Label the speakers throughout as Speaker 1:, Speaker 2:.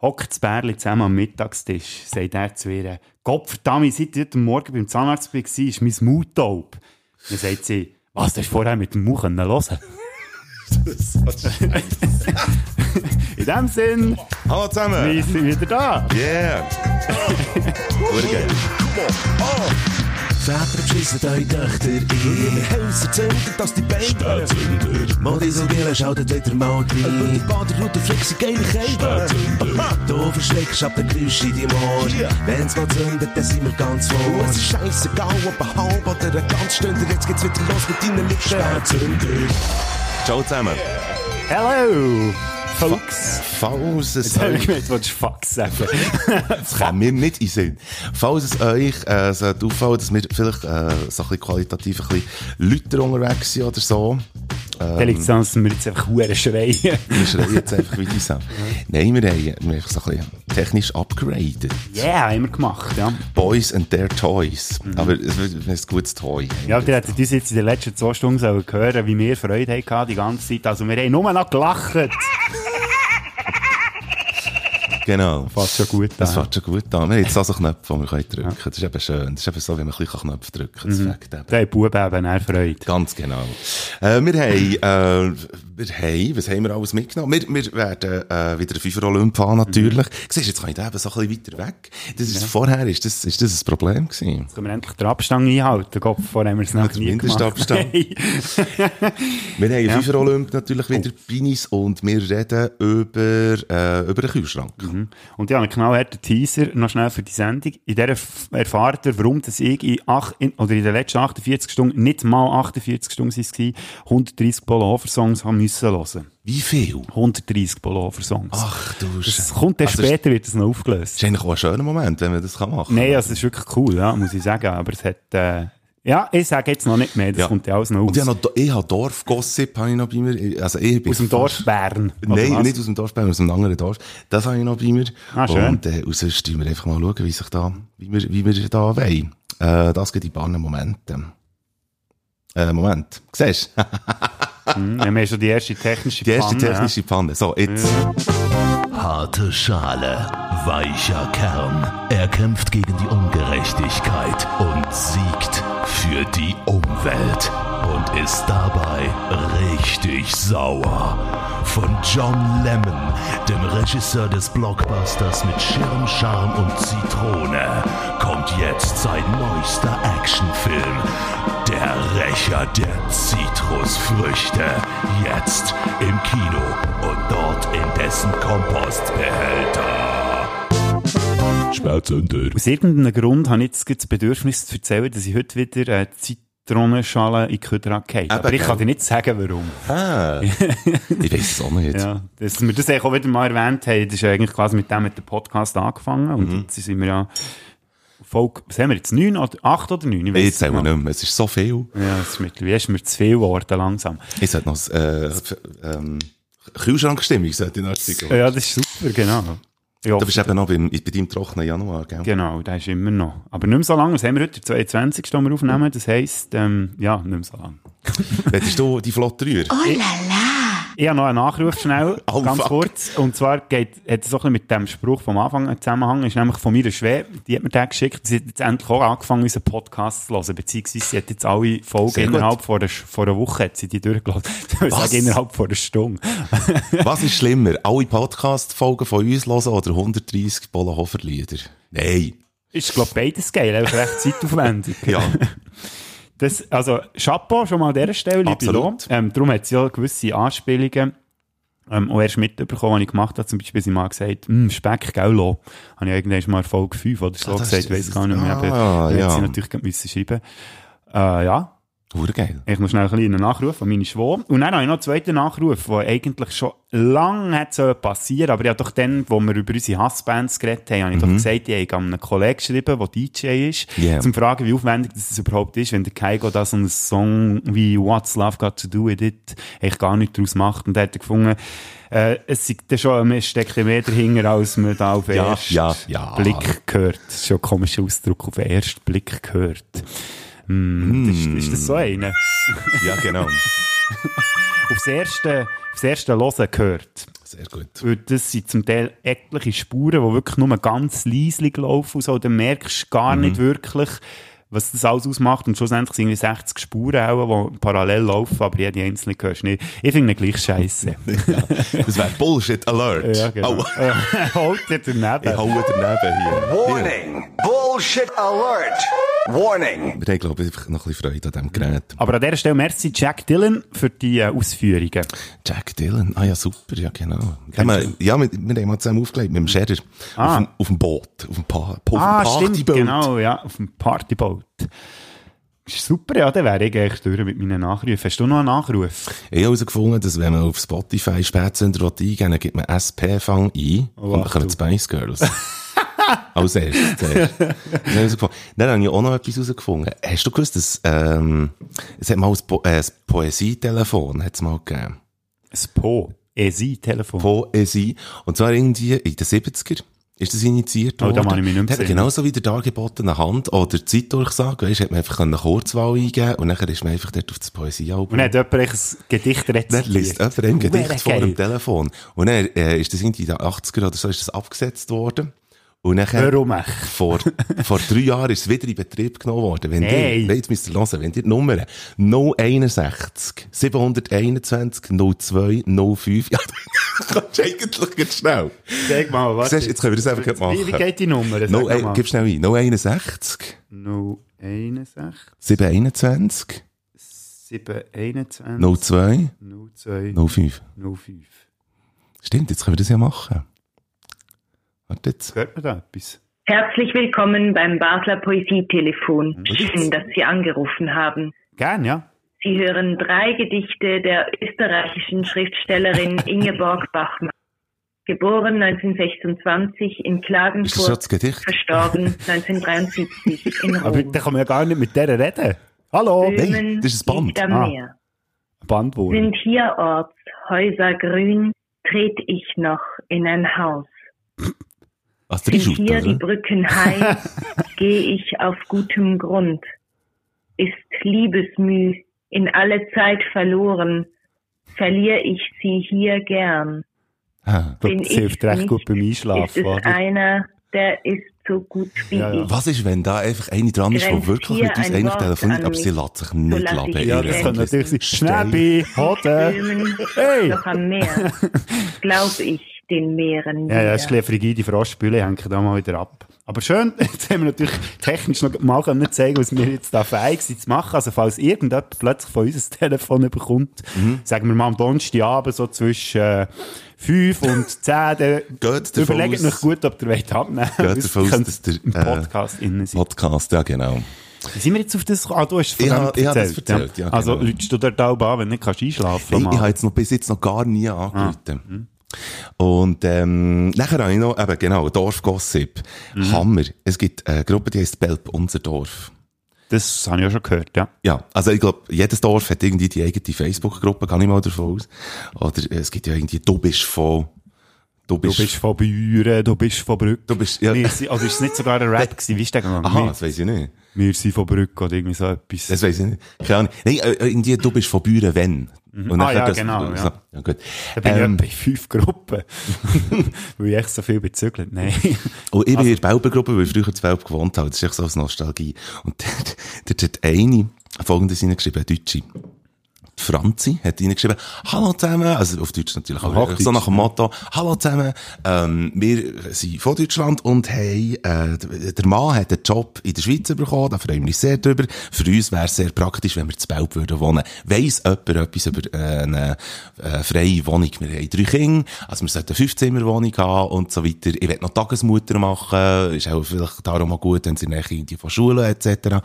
Speaker 1: hockt das Bärli zusammen am Mittagstisch, sagt er zu ihr, Gottverdammt, seit ich heute Morgen beim Zahnarzt war, ist mein Mund taub. Dann sagt sie, was, du hast vorher mit dem Mund hören können?» In dem Sinn,
Speaker 2: Hallo
Speaker 1: wir
Speaker 2: zusammen!
Speaker 1: sind wieder da.
Speaker 2: Yeah! Gut, geil.
Speaker 3: Väter beschissen eure Töchter ein.
Speaker 4: Häuser zünden, dass die Beine
Speaker 3: Modisogele schaltet wieder mal
Speaker 4: Die
Speaker 3: rein.
Speaker 4: Baderroute flexen geile Kälte.
Speaker 3: Du verschreckst ab den Geräusch in deinem Ohr. Wenn's mal zündet, dann sind wir ganz
Speaker 4: Oh, es
Speaker 3: vor.
Speaker 4: ist scheißegal, ob ein halb oder ein ganz Stunde. Jetzt geht's wieder los mit deinen Liebsten.
Speaker 2: Ciao zusammen!
Speaker 1: Hello, folks.
Speaker 2: Falls es
Speaker 1: Jetzt habe ich
Speaker 2: euch...
Speaker 1: gemeint, du wolltest Fuck sagen.
Speaker 2: Das kann mir nicht in den Sinn. Falls es euch äh, sollte auffallen, dass wir vielleicht äh, so ein bisschen qualitativ ein bisschen Leute unterwegs sind oder so,
Speaker 1: Dann liegt es daran, dass wir jetzt einfach Huren schreien.
Speaker 2: wir schreien jetzt einfach wie die Sam. Nein, wir haben, wir haben einfach so ein bisschen technisch upgraded.
Speaker 1: Yeah, haben wir gemacht, ja.
Speaker 2: Boys and their Toys. Ah, Aber es wird es ist ein gutes Toy.
Speaker 1: Ja, die hätten uns jetzt in den letzten zwei Stunden sollen hören wie wir Freude hatten die ganze Zeit. Also wir haben nur noch gelacht.
Speaker 2: Genau.
Speaker 1: Fast schon gut
Speaker 2: Das
Speaker 1: an.
Speaker 2: fährt schon gut an. Wir haben jetzt also Knöpfe, die wir können drücken können. Das ist eben schön. Das ist eben so, wenn man ein bisschen Knöpfe drücken kann. Das fängt eben.
Speaker 1: Da haben die Buben eben auch Freude.
Speaker 2: Ganz genau. Äh, wir haben, äh, wir haben, was haben wir alles mitgenommen? Wir, wir werden äh, wieder eine FIFA-Olymp fahren, natürlich.
Speaker 1: Mhm.
Speaker 2: Siehst du, jetzt kann ich da eben so ein bisschen weiter weg. Das ist, Vorher ist das, ist das ein Problem gewesen.
Speaker 1: Jetzt können wir endlich den Abstand einhalten. Gott, vorher haben wir es noch nie gemacht.
Speaker 2: Mindestabstand.
Speaker 1: Nein.
Speaker 2: Wir haben ja. FIFA-Olymp natürlich wieder
Speaker 1: Oh.
Speaker 2: Pinis und wir reden über, äh, über den Kühlschrank.
Speaker 1: Mhm. Und ja, einen knallharten Teaser noch schnell für die Sendung. In der f- erfahrt ihr, warum das ich in, acht, in, oder in den letzten 48 Stunden, nicht mal 48 Stunden waren es, 130 Pullover-Songs haben müssen hören.
Speaker 2: Wie viel?
Speaker 1: 130 Pullover-Songs.
Speaker 2: Ach du
Speaker 1: Das
Speaker 2: Scheiße.
Speaker 1: kommt dann
Speaker 2: Ah, Also ist-
Speaker 1: später, wird das noch aufgelöst.
Speaker 2: Das ist eigentlich auch ein schöner Moment, wenn man das kann machen kann.
Speaker 1: Nein, also es ist wirklich cool, ja, muss ich sagen. Aber es hat, äh, ja, ich sage jetzt noch nicht mehr, das
Speaker 2: Ja.
Speaker 1: kommt ja alles noch
Speaker 2: Und ich
Speaker 1: aus.
Speaker 2: habe noch, ich habe Dorfgossip, habe ich noch bei mir. Also ich bin
Speaker 1: aus dem Dorf Bern. oder
Speaker 2: Nein,
Speaker 1: was?
Speaker 2: nicht aus dem Dorf, sondern aus einem anderen Dorf. Das habe ich noch bei mir.
Speaker 1: Ah, schön.
Speaker 2: Und, äh, und sonst schauen wir einfach mal, schauen, wie, sich da, wie, wir, wie wir da wollen. Äh, das geht in paar Momenten. Äh, Moment. Siehst du?
Speaker 1: Mhm, Wir haben schon die erste technische
Speaker 2: Die erste
Speaker 1: Pfanne, ja.
Speaker 2: technische Pfanne. So, jetzt.
Speaker 3: Harte Schale, weicher Kern. Er kämpft gegen die Ungerechtigkeit und siegt für die Umwelt und ist dabei richtig sauer. Von John Lemmon, dem Regisseur des Blockbusters mit Schirm, Charme und Zitrone, kommt jetzt sein neuester Actionfilm. Der Rächer der Zitrusfrüchte. Jetzt im Kino und dort in dessen Kompostbehälter. Spätzünder.
Speaker 1: Aus irgendeinem Grund habe ich jetzt gerade das Bedürfnis zu erzählen, dass ich heute wieder äh, Zitronenschale in die Kühltrank habe. Aber ich
Speaker 2: gell.
Speaker 1: kann dir nicht sagen, warum.
Speaker 2: Ah. ich weiß es auch nicht.
Speaker 1: Ja, dass wir das eigentlich auch wieder mal erwähnt haben, das ist ja eigentlich quasi mit dem mit dem Podcast angefangen und
Speaker 2: Mhm.
Speaker 1: jetzt sind wir ja Folge, was haben wir jetzt, neun oder acht oder neun? Ich weiss
Speaker 2: Jetzt
Speaker 1: es
Speaker 2: sagen wir
Speaker 1: genau.
Speaker 2: nicht mehr. Es ist so viel.
Speaker 1: Ja, es ist mittlerweile ist mir zu viel geworden langsam.
Speaker 2: Ich sollte noch das, äh, f- ähm, Kühlschrankstimmung sollte ich noch erzählen.
Speaker 1: Ja, das ist super, genau. Ja,
Speaker 2: Du bist eben noch beim, bei deinem trockenen Januar, gell?
Speaker 1: genau, das ist immer noch. Aber nicht mehr so lange, das haben wir heute, der 22. den wir
Speaker 2: Mhm.
Speaker 1: aufnehmen, das heisst, ähm, ja, nicht mehr so lange.
Speaker 2: Hättest du die Flotte rühren?
Speaker 1: Ich habe noch einen Nachruf schnell,
Speaker 2: Oh,
Speaker 1: ganz
Speaker 2: fuck.
Speaker 1: kurz. Und zwar geht, hat es auch ein bisschen mit dem Spruch vom Anfang einen Zusammenhang. Ist nämlich von mir Schwäb, die hat mir den geschickt. Sie hat jetzt endlich auch angefangen, unseren Podcast zu hören. Beziehungsweise sie hat jetzt alle
Speaker 2: Sehr
Speaker 1: Folgen
Speaker 2: gut.
Speaker 1: innerhalb von einer, von einer Woche hat sie die durchgelassen. Ich würde
Speaker 2: Was?
Speaker 1: sagen, innerhalb von einer Stunde.
Speaker 2: Was ist schlimmer? Alle Podcast-Folgen von uns hören oder 130 Bollenhofer-Lieder? Nein.
Speaker 1: Ist, glaube ich, beides geil. Einfach recht zeitaufwendig.
Speaker 2: Ja.
Speaker 1: Das, also, Chapeau schon mal an dieser Stelle, liebe
Speaker 2: Absolut.
Speaker 1: Lo. Ähm, darum hat es ja gewisse Anspielungen ähm, auch erst mitbekommen, die ich gemacht habe. Zum Beispiel, sie mal gesagt, «Hm, Speck, gell, Lo?» Habe ich irgendwann mal Folge 5 oder so
Speaker 2: Ah, das
Speaker 1: gesagt,
Speaker 2: ist-
Speaker 1: weiß gar nicht mehr.
Speaker 2: Ah,
Speaker 1: aber dann
Speaker 2: ja.
Speaker 1: hat sie natürlich gerade müssen schreiben äh, Ja,
Speaker 2: Hure geil.
Speaker 1: ich muss schnell einen kleinen Nachruf an meine Schwur. Und dann habe ich noch einen zweiten Nachruf, der eigentlich schon lange hat sollen passieren aber ich habe doch dann, wo wir über unsere Hassbands geredet haben, habe ich doch gesagt, ich habe einem Kollegen geschrieben, der DJ ist,
Speaker 2: Mhm. Yeah.
Speaker 1: zum Fragen, wie aufwendig das überhaupt ist, wenn der Keigo da so einen Song wie What's Love Got to Do With It eigentlich gar nicht draus macht. Und er hat er gefunden, äh, es sei dann schon, es steckt mehr dahinter, als man da auf den
Speaker 2: Ja,
Speaker 1: ersten
Speaker 2: ja, ja.
Speaker 1: Blick gehört. Das ist schon ein komischer Ausdruck, auf den ersten Blick gehört. Mm, Das ist, ist das so einer?
Speaker 2: Ja, genau.
Speaker 1: aufs erste, aufs erste Hören gehört.
Speaker 2: sehr gut.
Speaker 1: Weil das sind zum Teil etliche Spuren, die wirklich nur ganz leislich laufen und so. Dann merkst du gar
Speaker 2: Mhm.
Speaker 1: nicht wirklich, was das alles ausmacht. Und schlussendlich sind irgendwie 60 Spuren, auch, die parallel laufen, aber jede einzelne hörst du nicht. Ich finde ihn gleich scheiße.
Speaker 2: Das wäre Bullshit Alert. Au.
Speaker 1: Haut dir
Speaker 2: Ich
Speaker 1: daneben.
Speaker 2: hau daneben hier.
Speaker 5: Warning! Bullshit alert! Warning!
Speaker 2: Wir haben, glaube ich, einfach noch ein bisschen Freude an diesem Gerät.
Speaker 1: Aber an dieser Stelle merci Jack Dylan für die äh, Ausführungen.
Speaker 2: Jack Dylan. Ah ja, super. Ja, genau. Haben wir, ja, wir, wir haben mal zusammen aufgelegt mit dem Scherer.
Speaker 1: Ah.
Speaker 2: Auf, dem, auf dem Boot. Auf dem, pa auf dem
Speaker 1: Ah, stimmt,
Speaker 2: Partyboot.
Speaker 1: genau, ja, auf dem Partyboat. Ist Super, ja, dann wäre ich eigentlich durch mit meinen Nachrufen. Hast du noch einen Nachruf?
Speaker 2: Ich habe herausgefunden, dass wenn man auf Spotify Spätzünder eingeben will, dann gibt man SP-Fang ein und dann
Speaker 1: Oh, ach
Speaker 2: kommen
Speaker 1: du.
Speaker 2: Spice Girls. Als erstes. zuerst. Das habe ich herausgefunden. Dann habe ich auch noch etwas herausgefunden. Hast du gewusst, dass ähm, es hat mal ein, po äh, ein Poesietelefon hat's mal gegeben
Speaker 1: Das Po. ESI-Telefon.
Speaker 2: Poesie. Und zwar irgendwie in den 70er. Ist das initiiert
Speaker 1: Oh, da mache ich mich nicht mehr
Speaker 2: Da hat man
Speaker 1: Sinn.
Speaker 2: Genauso wie der dargebotene Hand oder die Zeitdurchsage, weisst, hat man einfach eine Kurzwahl eingeben und dann ist man einfach dort auf das Poesiealbum.
Speaker 1: Und dann hat jemand eigentlich ein Gedicht
Speaker 2: Dann liest
Speaker 1: rezitiert.
Speaker 2: jemand ein Gedicht vor
Speaker 1: geil.
Speaker 2: dem Telefon. Und dann äh, ist das irgendwie in den 80er oder so ist das abgesetzt worden. Und nachher,
Speaker 1: Warum?
Speaker 2: vor, vor drei Jahren ist es wieder in Betrieb genommen worden. Wenn
Speaker 1: Nein.
Speaker 2: ihr, nein, jetzt müsst ihr hören, wenn ihr die Nummer 061 721 02 05, ja, dann kannst du eigentlich ganz schnell.
Speaker 1: Sag mal, was?
Speaker 2: Siehst du, jetzt können wir das einfach gleich machen.
Speaker 1: Wie geht die Nummer? Sag
Speaker 2: No,
Speaker 1: mal.
Speaker 2: gib schnell ein. 061
Speaker 1: 061
Speaker 2: 721
Speaker 1: 721
Speaker 2: 02
Speaker 1: 02
Speaker 2: 05.
Speaker 1: 05.
Speaker 2: Stimmt, jetzt können wir das ja machen. Warte jetzt.
Speaker 1: Hört man da etwas?
Speaker 6: Herzlich willkommen beim Basler
Speaker 2: Hm.
Speaker 6: Poesietelefon. Schön, dass Sie angerufen haben.
Speaker 1: Gern, ja.
Speaker 6: Sie hören drei Gedichte der österreichischen Schriftstellerin Ingeborg Bachmann. Geboren 1926 in
Speaker 2: Ist das schon das
Speaker 6: Klagenfurt,
Speaker 2: Gedicht?
Speaker 6: verstorben 1973 in
Speaker 1: Aber
Speaker 6: Rom.
Speaker 1: da kann man ja gar nicht mit der reden. Hallo?
Speaker 2: Nein,
Speaker 6: Böhmen
Speaker 2: oh, das ist das Band.
Speaker 6: liegt am
Speaker 1: Ah.
Speaker 6: Meer.
Speaker 1: Bandwurm.
Speaker 6: Sind hierorts Häuser grün, tret ich noch in ein Haus.
Speaker 2: Als
Speaker 6: Sind hier
Speaker 2: Dreischauter,
Speaker 6: die
Speaker 1: ne?
Speaker 2: oder?
Speaker 6: Brücken heil, gehe ich auf gutem Grund. Ist Liebesmüh in alle Zeit verloren, verliere ich sie hier gern.
Speaker 2: Ah.
Speaker 1: Das
Speaker 6: bin ich
Speaker 1: hilft recht
Speaker 6: nicht,
Speaker 1: gut beim
Speaker 6: Ist
Speaker 1: Einschlafen,
Speaker 6: es
Speaker 1: oder?
Speaker 6: einer, der ist so gut wie
Speaker 1: Ja, ja.
Speaker 6: ich.
Speaker 2: Was ist, wenn da einfach eine dran ist, die
Speaker 6: Grenzt
Speaker 2: wirklich
Speaker 6: hier
Speaker 2: mit uns
Speaker 6: ein
Speaker 2: eigentlich
Speaker 6: Wort
Speaker 2: telefoniert,
Speaker 6: an
Speaker 2: aber
Speaker 6: mich,
Speaker 2: sie lässt sich
Speaker 6: so
Speaker 2: nicht
Speaker 6: lass
Speaker 2: lassen
Speaker 6: ich
Speaker 2: bei
Speaker 6: die
Speaker 1: Ja,
Speaker 2: ihr
Speaker 1: das kann
Speaker 2: Endless.
Speaker 1: natürlich sein.
Speaker 2: Stein.
Speaker 1: Schnäbi, Hoden.
Speaker 6: Böhmen
Speaker 1: Hey!
Speaker 6: doch am Meer, glaub ich den Meeren
Speaker 1: Ja, ja,
Speaker 6: wieder.
Speaker 1: ist ein bisschen frigide Frostbülle, hängen da mal wieder ab. Aber schön, jetzt haben wir natürlich technisch noch mal können zeigen, was wir jetzt da fähig sind zu machen. Also falls irgendjemand plötzlich von uns ein Telefon bekommt,
Speaker 2: Mhm.
Speaker 1: sagen wir mal am Donnerstagabend so zwischen äh, 5 und 10, dann
Speaker 2: davon
Speaker 1: überlegt
Speaker 2: aus-
Speaker 1: euch gut, ob ihr wollt abnehmen
Speaker 2: Geht
Speaker 1: wollt.
Speaker 2: davon aus, dass der,
Speaker 1: im
Speaker 2: äh,
Speaker 1: Podcast innen sein.
Speaker 2: Podcast, ja, genau.
Speaker 1: Sind wir jetzt auf das? Ah, du hast von
Speaker 2: Ich
Speaker 1: dem
Speaker 2: habe- ich habe das erzählt, ja,
Speaker 1: Also
Speaker 2: genau.
Speaker 1: lütst du dort auch an, wenn du nicht kannst einschlafen
Speaker 2: Hey,
Speaker 1: am
Speaker 2: ich habe
Speaker 1: Abend.
Speaker 2: jetzt noch, bis jetzt noch gar nie
Speaker 1: Ah,
Speaker 2: angerufen.
Speaker 1: mhm.
Speaker 2: Und ähm, nachher habe ich noch, eben genau, Dorfgossip.
Speaker 1: Mhm.
Speaker 2: Hammer. Es gibt eine Gruppe, die heißt Belp Unser Dorf.
Speaker 1: Das habe ich ja schon gehört, ja.
Speaker 2: Ja, also ich glaube, jedes Dorf hat irgendwie die eigene Facebook-Gruppe, kann ich mal davon aus. Oder äh, es gibt ja irgendwie, du bist von... Du
Speaker 1: Du
Speaker 2: bist,
Speaker 1: bist von Büren, du bist von Brück.
Speaker 2: Du bist- ja.
Speaker 1: Wir sind, also ist es nicht sogar ein Rap gewesen, wie ist der gegangen?
Speaker 2: Aha,
Speaker 1: wir,
Speaker 2: das weiß ich nicht.
Speaker 1: wir sind von Brück oder irgendwie so etwas.
Speaker 2: Das weiß ich nicht. Keine Ahnung. Nein, äh, irgendwie, du bist von Büren, wenn. Und
Speaker 1: Ah,
Speaker 2: nachher
Speaker 1: ja, genau, ja.
Speaker 2: So. ja gut.
Speaker 1: da bin
Speaker 2: Ähm,
Speaker 1: ich etwa in fünf Gruppen, weil ich echt so viel bezügelt. Nein.
Speaker 2: Und ich bin in der Belbergruppe, weil ich früher zu Belb gewohnt habe. Das ist echt so aus Nostalgie. Und dort, dort hat eine folgendes hineingeschrieben, eine Deutsche. Die Franzi hat hineingeschrieben, hallo zusammen, also auf Deutsch natürlich, aber
Speaker 1: Hochdeutsch.
Speaker 2: so nach dem Motto, hallo zusammen, ähm, wir sind von Deutschland und hey, äh, d- der Mann hat einen Job in der Schweiz bekommen, da freue ich mich sehr drüber. Für uns wäre es sehr praktisch, wenn wir zu Belb würden wohnen. Weiss jemand etwas über äh, eine äh, freie Wohnung? Wir haben drei Kinder, also wir sollten eine Fünfzimmerwohnung haben und so weiter. Ich will noch Tagesmutter machen, ist auch vielleicht darum auch gut, wenn sie nachher irgendwie von Schule etc.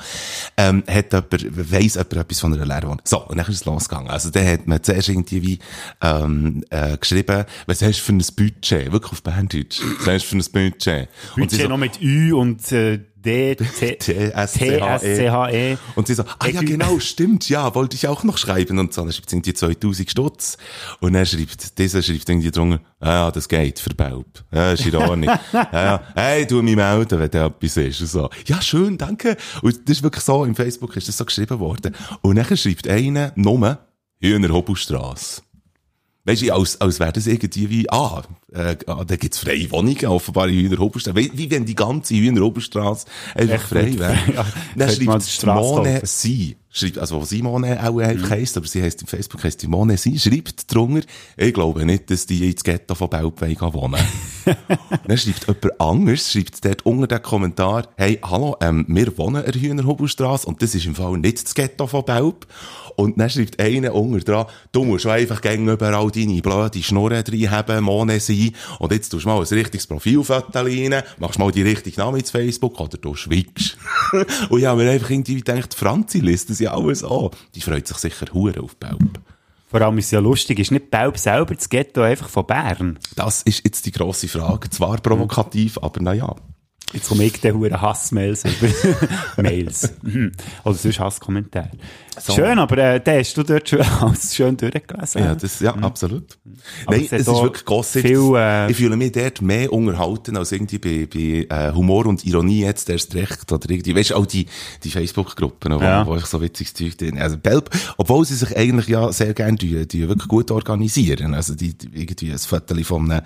Speaker 2: Ähm, hat jemand, weiss jemand etwas von einer Lehrwohnung? So, und dann ist es losgegangen. Also dann hat man zuerst irgendwie wie, ähm, äh, geschrieben, was hast du für ein Budget? Wirklich auf Berndeutsch. Was hast du für ein Budget? Und sie
Speaker 1: Budget
Speaker 2: so-
Speaker 1: noch mit Ü und äh, D, T, E.
Speaker 2: T-S-C-H-E.
Speaker 1: T-S-C-H-E.
Speaker 2: Und sie so, ah ja
Speaker 1: Ecke-
Speaker 2: genau, stimmt, ja, wollte ich auch noch schreiben. Und so, dann schreibt sie irgendwie 2000 Stutz. Und er schreibt, dieser schreibt irgendwie drunter, ah ja, das geht, verbaut. Ja, ist in Ordnung. ja, ja, hey, tu mich melden, wenn da etwas ist. Und so, ja schön, danke. Und das ist wirklich so, im Facebook ist das so geschrieben worden. Und dann schreibt einer, Nummer, Hühner Hobelstrasse. Weißt du, als, als wäre das irgendwie wie, ah, äh, ah da gibt's freie Wohnungen, offenbar in Hühnerhobenstraße. Wie, wie wenn die ganze Hühnerhobenstraße einfach
Speaker 1: Echt
Speaker 2: frei
Speaker 1: nicht
Speaker 2: wäre.
Speaker 1: frei, ja.
Speaker 2: Dann
Speaker 1: Hätte man
Speaker 2: schreibt
Speaker 1: die Strasse
Speaker 2: Simone
Speaker 1: geholfen.
Speaker 2: Sie, schreibt, also was Simone auch
Speaker 1: Mm.
Speaker 2: mhm. heisst, aber sie heisst im Facebook, heisst Simone Sie, schreibt drunter, ich glaube nicht, dass dus die ins Ghetto von Beltweg wohnen. Dann schreibt jemand anders, schreibt dort unter den Kommentar, hey, hallo, ähm, wir wohnen an der Hühnerhubelstrasse und das ist im Fall nicht das Ghetto von Belp. Und dann schreibt einer unter dran, du musst einfach gegen überall deine blöde Schnurren drin haben, Mone sein und jetzt tust du mal ein richtiges Profilfoto rein, machst mal die richtigen Namen ins Facebook oder du schwiegst. und ich habe mir einfach irgendwie gedacht, Franzi liest das ja alles an. Die freut sich sicher hure auf Belp.
Speaker 1: Vor allem ist es ja lustig, ist nicht Belp selber das Ghetto einfach von Bern?
Speaker 2: Das ist jetzt die grosse Frage. Zwar provokativ, aber naja.
Speaker 1: Jetzt komme ich den Huren Hassmails über Mails. Mhm. Oder sonst Hasskommentare. Schön, aber äh, den hast du dort schön, alles schön durchgelesen.
Speaker 2: Ja, das, ja, absolut.
Speaker 1: Aber
Speaker 2: Nein,
Speaker 1: es hat
Speaker 2: das ist
Speaker 1: auch
Speaker 2: wirklich Gossip.
Speaker 1: viel, äh,
Speaker 2: ich fühle mich dort mehr unterhalten als irgendwie bei, bei äh, Humor und Ironie jetzt erst recht. Oder irgendwie, weißt du, auch die, die Facebook-Gruppen, wo,
Speaker 1: Ja.
Speaker 2: wo ich so witziges Zeug drin Also, Belp, obwohl sie sich eigentlich ja sehr gerne die, eh, die wirklich gut organisieren. Also, die, die irgendwie ein Viertel von einem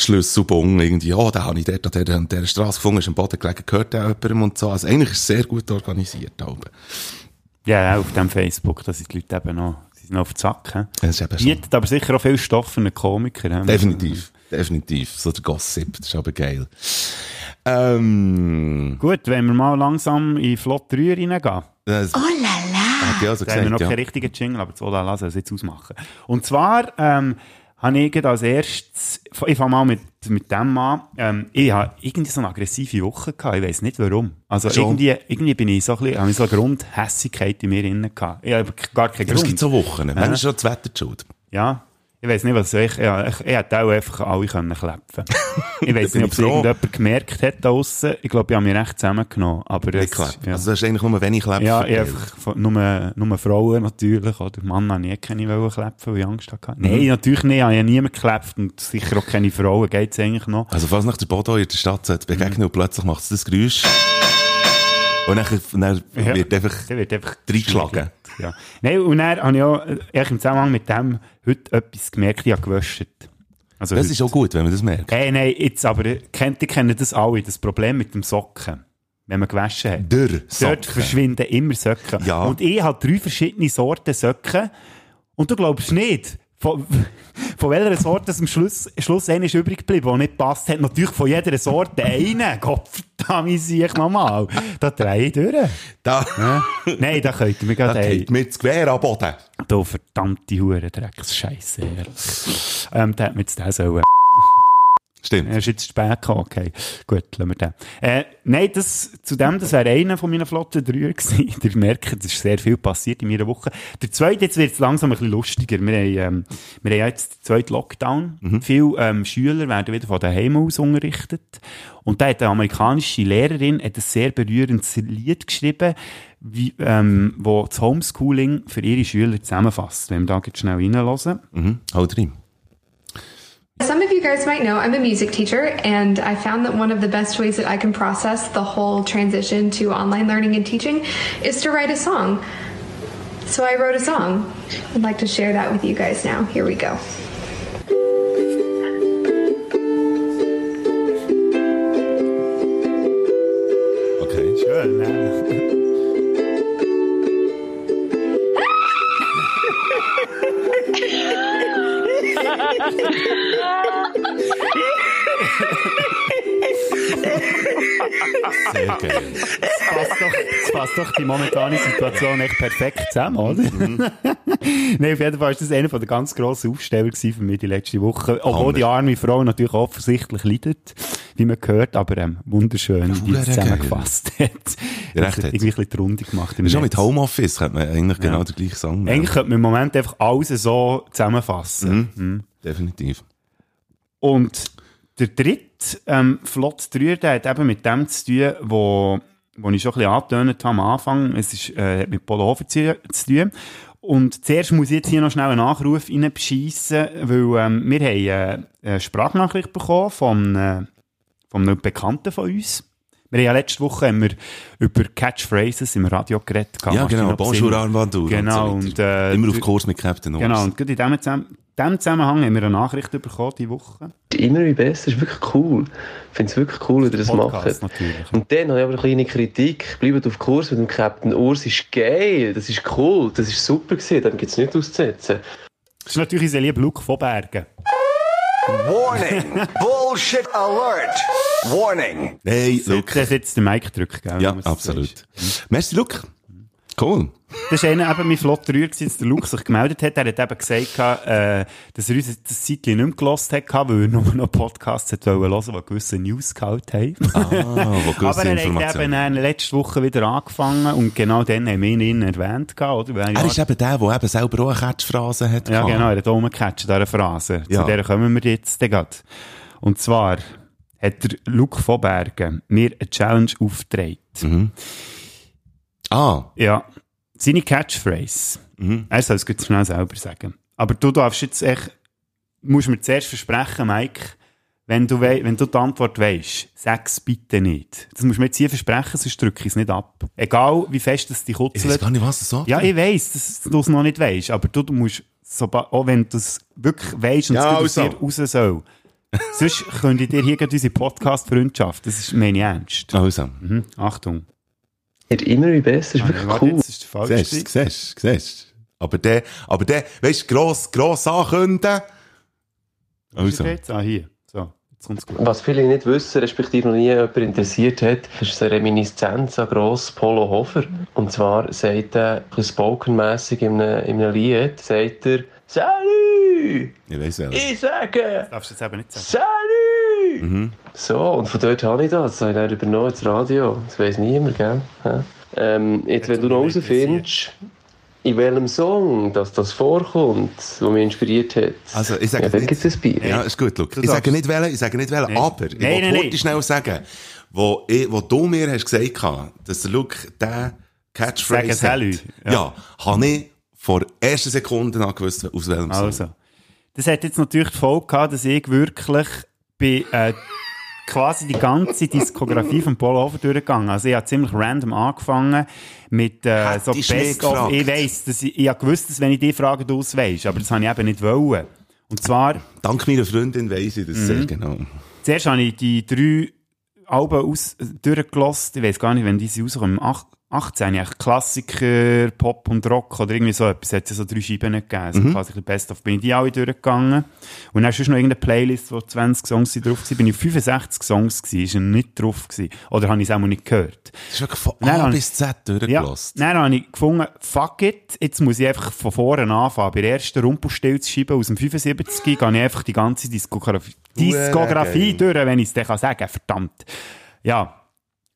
Speaker 2: Schlüsselbung, irgendwie, oh, da habe ich dort an der, an der Straße gefunden, ist am Boden gelegen, gehört da jemandem und so. Also, eigentlich ist es sehr gut organisiert, aber.
Speaker 1: Ja, auch auf dem Facebook, da sind die Leute eben noch, sie sind noch auf die Sack.
Speaker 2: Das ist eben so.
Speaker 1: Bietet aber sicher auch viel Stoff für einen Komiker. he?
Speaker 2: Definitiv. Definitiv. So der Gossip, das ist aber geil. Ähm,
Speaker 1: Gut, wenn wir mal langsam in Flott 3 reingehen.
Speaker 2: das oh la la. Hat ich also
Speaker 1: Da haben wir noch
Speaker 2: gesagt, ja.
Speaker 1: keinen richtigen Jingle, aber das Ola lassen wir jetzt ausmachen. Und zwar ähm, habe ich gerade als erstes, ich fange mal mit, mit dem an, ähm, ich habe irgendwie so eine aggressive Woche gehabt, ich weiß nicht warum. Also
Speaker 2: Schon.
Speaker 1: irgendwie, irgendwie bin ich so ein bisschen, habe ich so eine Grundhässigkeit in mir drin gehabt. Ich habe gar keinen
Speaker 2: Aber es
Speaker 1: Grund.
Speaker 2: gibt so Wochen. Manchmal ist schon das Wetter die schuld.
Speaker 1: Ja, ich weiß nicht, was ich, ja, ich, ich hätte auch einfach alle können klepfen Ich weiß
Speaker 2: bin
Speaker 1: nicht,
Speaker 2: ich
Speaker 1: ob es
Speaker 2: froh.
Speaker 1: irgendjemand gemerkt hat da draussen. Ich glaube, ich habe mich recht zusammengenommen. Aber
Speaker 2: Nicht
Speaker 1: es,
Speaker 2: Kleb.
Speaker 1: ja.
Speaker 2: Also, das ist eigentlich nur wenig Kleb.
Speaker 1: ja, ich
Speaker 2: verteilt.
Speaker 1: einfach, von- nur, nur Frauen natürlich, oder? Mann habe ich nie keine wollen klepfen, weil ich Angst hatte.
Speaker 2: Mhm.
Speaker 1: Nein, natürlich nicht, ich habe ja niemand geklepft und sicher auch keine Frauen, geht's eigentlich noch.
Speaker 2: Also, falls nach der Bodo in der Stadt sollte
Speaker 1: Mhm.
Speaker 2: begegnen und plötzlich macht es das Geräusch. Und dann, dann
Speaker 1: Ja.
Speaker 2: wird einfach,
Speaker 1: Der wird einfach
Speaker 2: Reingeschlagen.
Speaker 1: Ja. Nein, und dann habe ich auch, äh, ehrlich im Zusammenhang mit dem, heute etwas gemerkt, ich habe gewäscht. Also
Speaker 2: das
Speaker 1: heute.
Speaker 2: ist auch gut, wenn man das merkt.
Speaker 1: Hey, nein, jetzt aber, kennt, ihr kennen das alle, das Problem mit dem Socken, wenn man gewaschen hat.
Speaker 2: Der
Speaker 1: Dort
Speaker 2: Socken.
Speaker 1: verschwinden immer Socken.
Speaker 2: Ja.
Speaker 1: Und ich habe drei verschiedene Sorten Socken und du glaubst nicht, von, von welcher Sorte es am Schluss, Schluss einer ist übrig geblieben, der nicht passt hat. Natürlich von jeder Sorte einen. Gottverdammt, sehe ich nochmal. Da drehe ich durch.
Speaker 2: Da,
Speaker 1: Nein, da könnt ihr mir
Speaker 2: da
Speaker 1: gerade... hey,
Speaker 2: geht mir das Gewehr am Boden.
Speaker 1: Du verdammte Hure, Drecksscheiße. Ähm, der hat mir jetzt den sollen. Er
Speaker 2: Stimmt.
Speaker 1: ist jetzt zu spät gekommen, okay. Gut, lassen wir den. Äh, nein, das, zu dem, das wäre einer von meinen flotten Dreier gewesen. Ihr merkt, es ist sehr viel passiert in meiner Woche. Der zweite, jetzt wird es langsam ein bisschen lustiger. Wir haben, ähm, wir haben ja jetzt den zweiten Lockdown. Viele ähm, Schüler werden wieder von daheim aus unterrichtet. Und da hat eine amerikanische Lehrerin hat ein sehr berührendes Lied geschrieben, wie, ähm, wo das Homeschooling für ihre Schüler zusammenfasst. Wenn wir da jetzt schnell reinhören.
Speaker 2: Mhm. Halt rein.
Speaker 7: Some of you guys might know I'm a music teacher, and I found that one of the best ways that I can process the whole transition to online learning and teaching is to write a song. So I wrote a song. I'd like to share that with you guys now. Here we go.
Speaker 2: Okay.
Speaker 1: Schön, ne?
Speaker 2: Sehr geil.
Speaker 1: passt doch, das passt doch die momentane Situation echt perfekt zusammen, oder? Mhm. Nein, auf jeden Fall war das einer der ganz grossen Aufsteller gewesen für mich die letzte Woche. Obwohl
Speaker 2: Hammer.
Speaker 1: die arme Frau natürlich offensichtlich leidet, wie man gehört, aber ähm, wunderschön, wie die
Speaker 2: Huere
Speaker 1: es zusammengefasst hat.
Speaker 2: Recht
Speaker 1: Ich-
Speaker 2: hat.
Speaker 1: Irgendwie ein bisschen die Runde gemacht. im
Speaker 2: Schon mit
Speaker 1: Netz.
Speaker 2: Homeoffice könnte man eigentlich genau den gleichen Song nehmen.
Speaker 1: Eigentlich könnte man im Moment einfach alles so zusammenfassen.
Speaker 2: Definitiv.
Speaker 1: Und der dritte, ähm, Flot 3, der hat eben mit dem zu tun, wo, wo ich schon ein bisschen angetönt habe am Anfang. Es ist, äh, hat mit Polo Hofer zu, zu tun. Und zuerst muss ich jetzt hier noch schnell einen Nachruf reinbescheissen, weil ähm, wir haben äh, eine Sprachnachricht bekommen von, äh, von einem Bekannten von uns. Wir haben ja letzte Woche haben wir über Catchphrases im Radio geredet.
Speaker 2: Ja, genau. Bonjour, Armbandur.
Speaker 1: Genau,
Speaker 2: Und so
Speaker 1: und,
Speaker 2: weiter.
Speaker 1: äh,
Speaker 2: Immer auf
Speaker 1: du-
Speaker 2: Kurs mit Captain Obst.
Speaker 1: Genau, und gerade in diesem Zusammen dem Zusammenhang haben wir eine Nachricht bekommen diese Woche.
Speaker 8: immer wie besser. Ist wirklich cool. Ich finde es wirklich cool, wie ihr das
Speaker 1: Podcast
Speaker 8: macht.
Speaker 1: natürlich.
Speaker 8: Und dann habe ich aber eine kleine Kritik. Bleibt auf Kurs mit dem Captain Urs. Ist geil. Das ist cool. Das ist super gewesen. Dann gibt es nichts auszusetzen.
Speaker 1: Das ist natürlich unser lieber Luke von Bergen.
Speaker 5: Warning. Bullshit alert. Warning.
Speaker 2: Hey,
Speaker 1: Das
Speaker 2: Luke.
Speaker 1: ist jetzt der Mic drückt, gell?
Speaker 2: Ja,
Speaker 1: wenn du es
Speaker 2: absolut.
Speaker 1: sagst.
Speaker 2: Merci, Luke. Cool.
Speaker 1: Das war einer, eben mein flott rühr, dass der Luke sich gemeldet hat. Er hat eben gesagt, äh, dass er uns das Zeitchen nicht mehr gehört hat, weil er nur noch Podcasts hat hören wollte, die gewisse News gehalten haben.
Speaker 2: Ah, wo
Speaker 1: Aber
Speaker 2: gewisse
Speaker 1: er hat eben
Speaker 2: Informationen.
Speaker 1: dann letzte Woche wieder angefangen und genau dann haben wir ihn, ihn erwähnt, gehabt, oder? Weil
Speaker 2: Er ist eben der, der eben selber auch eine Catchphrase hat.
Speaker 1: Ja,
Speaker 2: gehabt.
Speaker 1: genau, er hat auch umgecatcht, diese Phrase.
Speaker 2: Ah. Ja.
Speaker 1: Zu der kommen wir jetzt dann grad. Und zwar hat der Luke von Bergen mir eine Challenge aufgetragen.
Speaker 2: Mhm. Ah,
Speaker 1: Ja, seine Catchphrase.
Speaker 2: Mhm.
Speaker 1: Er soll es jetzt schnell selber sagen. Aber du darfst jetzt echt, musst mir zuerst versprechen, Mike, wenn du, wei- wenn du die Antwort weisst, sag's bitte nicht. Das musst du mir jetzt hier versprechen, sonst drücke ich es nicht ab. Egal, wie fest es die
Speaker 2: ich
Speaker 1: Kutzelt
Speaker 2: weiß gar nicht, was das so
Speaker 1: Ja, ich weiss, dass du es noch nicht weißt, aber du, du musst, soba- auch wenn du es wirklich weißt und
Speaker 2: Ja,
Speaker 1: es
Speaker 2: also.
Speaker 1: gut aus dir raus soll, sonst könnte ich dir hier gerade unsere Podcast-Freundschaft, das ist meine ich ernst.
Speaker 2: Also,
Speaker 1: Mhm. Achtung.
Speaker 8: Wird immer wie besser. Ist wirklich
Speaker 1: Ah, Warte,
Speaker 8: cool.
Speaker 1: jetzt ist der falsche.
Speaker 2: siehst, siehst, siehst. Aber der, aber der, weißt du, gross, gross ankünden.
Speaker 1: Also.
Speaker 2: Also,
Speaker 1: Ah, hier. So, jetzt kommt's gut.
Speaker 8: Was viele nicht wissen, respektive noch nie jemand interessiert hat, ist eine Reminiszenz an gross Polo Hofer. Und zwar sagt er, ein bisschen spokenmässig in einem, in einem Lied, sagt er, Salut!
Speaker 2: ich weiss ja.
Speaker 8: Ich sage,
Speaker 1: Darfst du jetzt eben nicht sagen.
Speaker 8: Salut!
Speaker 2: Mhm.
Speaker 8: So, und von dort habe ich das. Das habe ich dann übernommen ins Radio. Das weiss niemand, gell? Hä? Ähm, jetzt, wenn du noch herausfindest, in welchem Song dass das vorkommt, der mich inspiriert hat,
Speaker 2: Also, ich sage
Speaker 8: ja, dann
Speaker 2: nicht-
Speaker 8: gibt es ein Bier.
Speaker 2: Ja, ist gut, look. Ich
Speaker 1: darfst-
Speaker 2: sage nicht wählen, ich sage nicht wählen, aber ich
Speaker 1: Nein,
Speaker 2: will
Speaker 1: nein,
Speaker 2: kurz
Speaker 1: nein.
Speaker 2: schnell sagen, wo, ich, wo du mir hast gesagt hast, dass der Look der
Speaker 1: Sagen
Speaker 2: Catchphrase
Speaker 1: Salü,
Speaker 2: hat. Ja, habe ich vor ersten Sekunden an gewusst, aus welchem Song.
Speaker 1: Also. Das hat jetzt natürlich die Folge gehabt, dass ich wirklich bei, äh, quasi die ganze Diskografie von Paul Hofer durchgegangen. Also ich habe ziemlich random angefangen mit äh, so
Speaker 2: Hättest du mich
Speaker 1: Best of.
Speaker 2: gefragt?
Speaker 1: Ich weiss, dass ich, ich habe gewusst, dass wenn ich die Frage du es weisst, aber das habe ich eben nicht wollen. Und zwar,
Speaker 2: Dank meiner Freundin weiss ich das
Speaker 1: Mhm.
Speaker 2: sehr genau.
Speaker 1: zuerst habe ich die drei Alben aus, durchgelost. Ich weiss gar nicht, wenn diese rauskommen. Im Ach- 18 habe ich eigentlich Klassiker, Pop und Rock oder irgendwie so etwas. Hat es so drei Scheiben nicht gegeben. Also quasi ein bisschen Best of. Bin ich die alle durchgegangen. Und dann ist noch irgendeine Playlist, wo 20 Songs sind drauf waren. Bin ich 65 Songs gewesen. Ist er nicht drauf gewesen. Oder habe ich es auch mal nicht gehört.
Speaker 2: Das ist wirklich von
Speaker 1: Nein,
Speaker 2: A
Speaker 1: nein.
Speaker 2: bis Z durchgelost.
Speaker 1: Ja, dann habe ich gefunden, fuck it, jetzt muss ich einfach von vorne anfangen. Bei der ersten Rumpelstilzscheibe aus dem 75 gehe ich einfach die ganze Diskografie, Diskografie durch, wenn ich es dir kann sagen kann. Verdammt. Ja.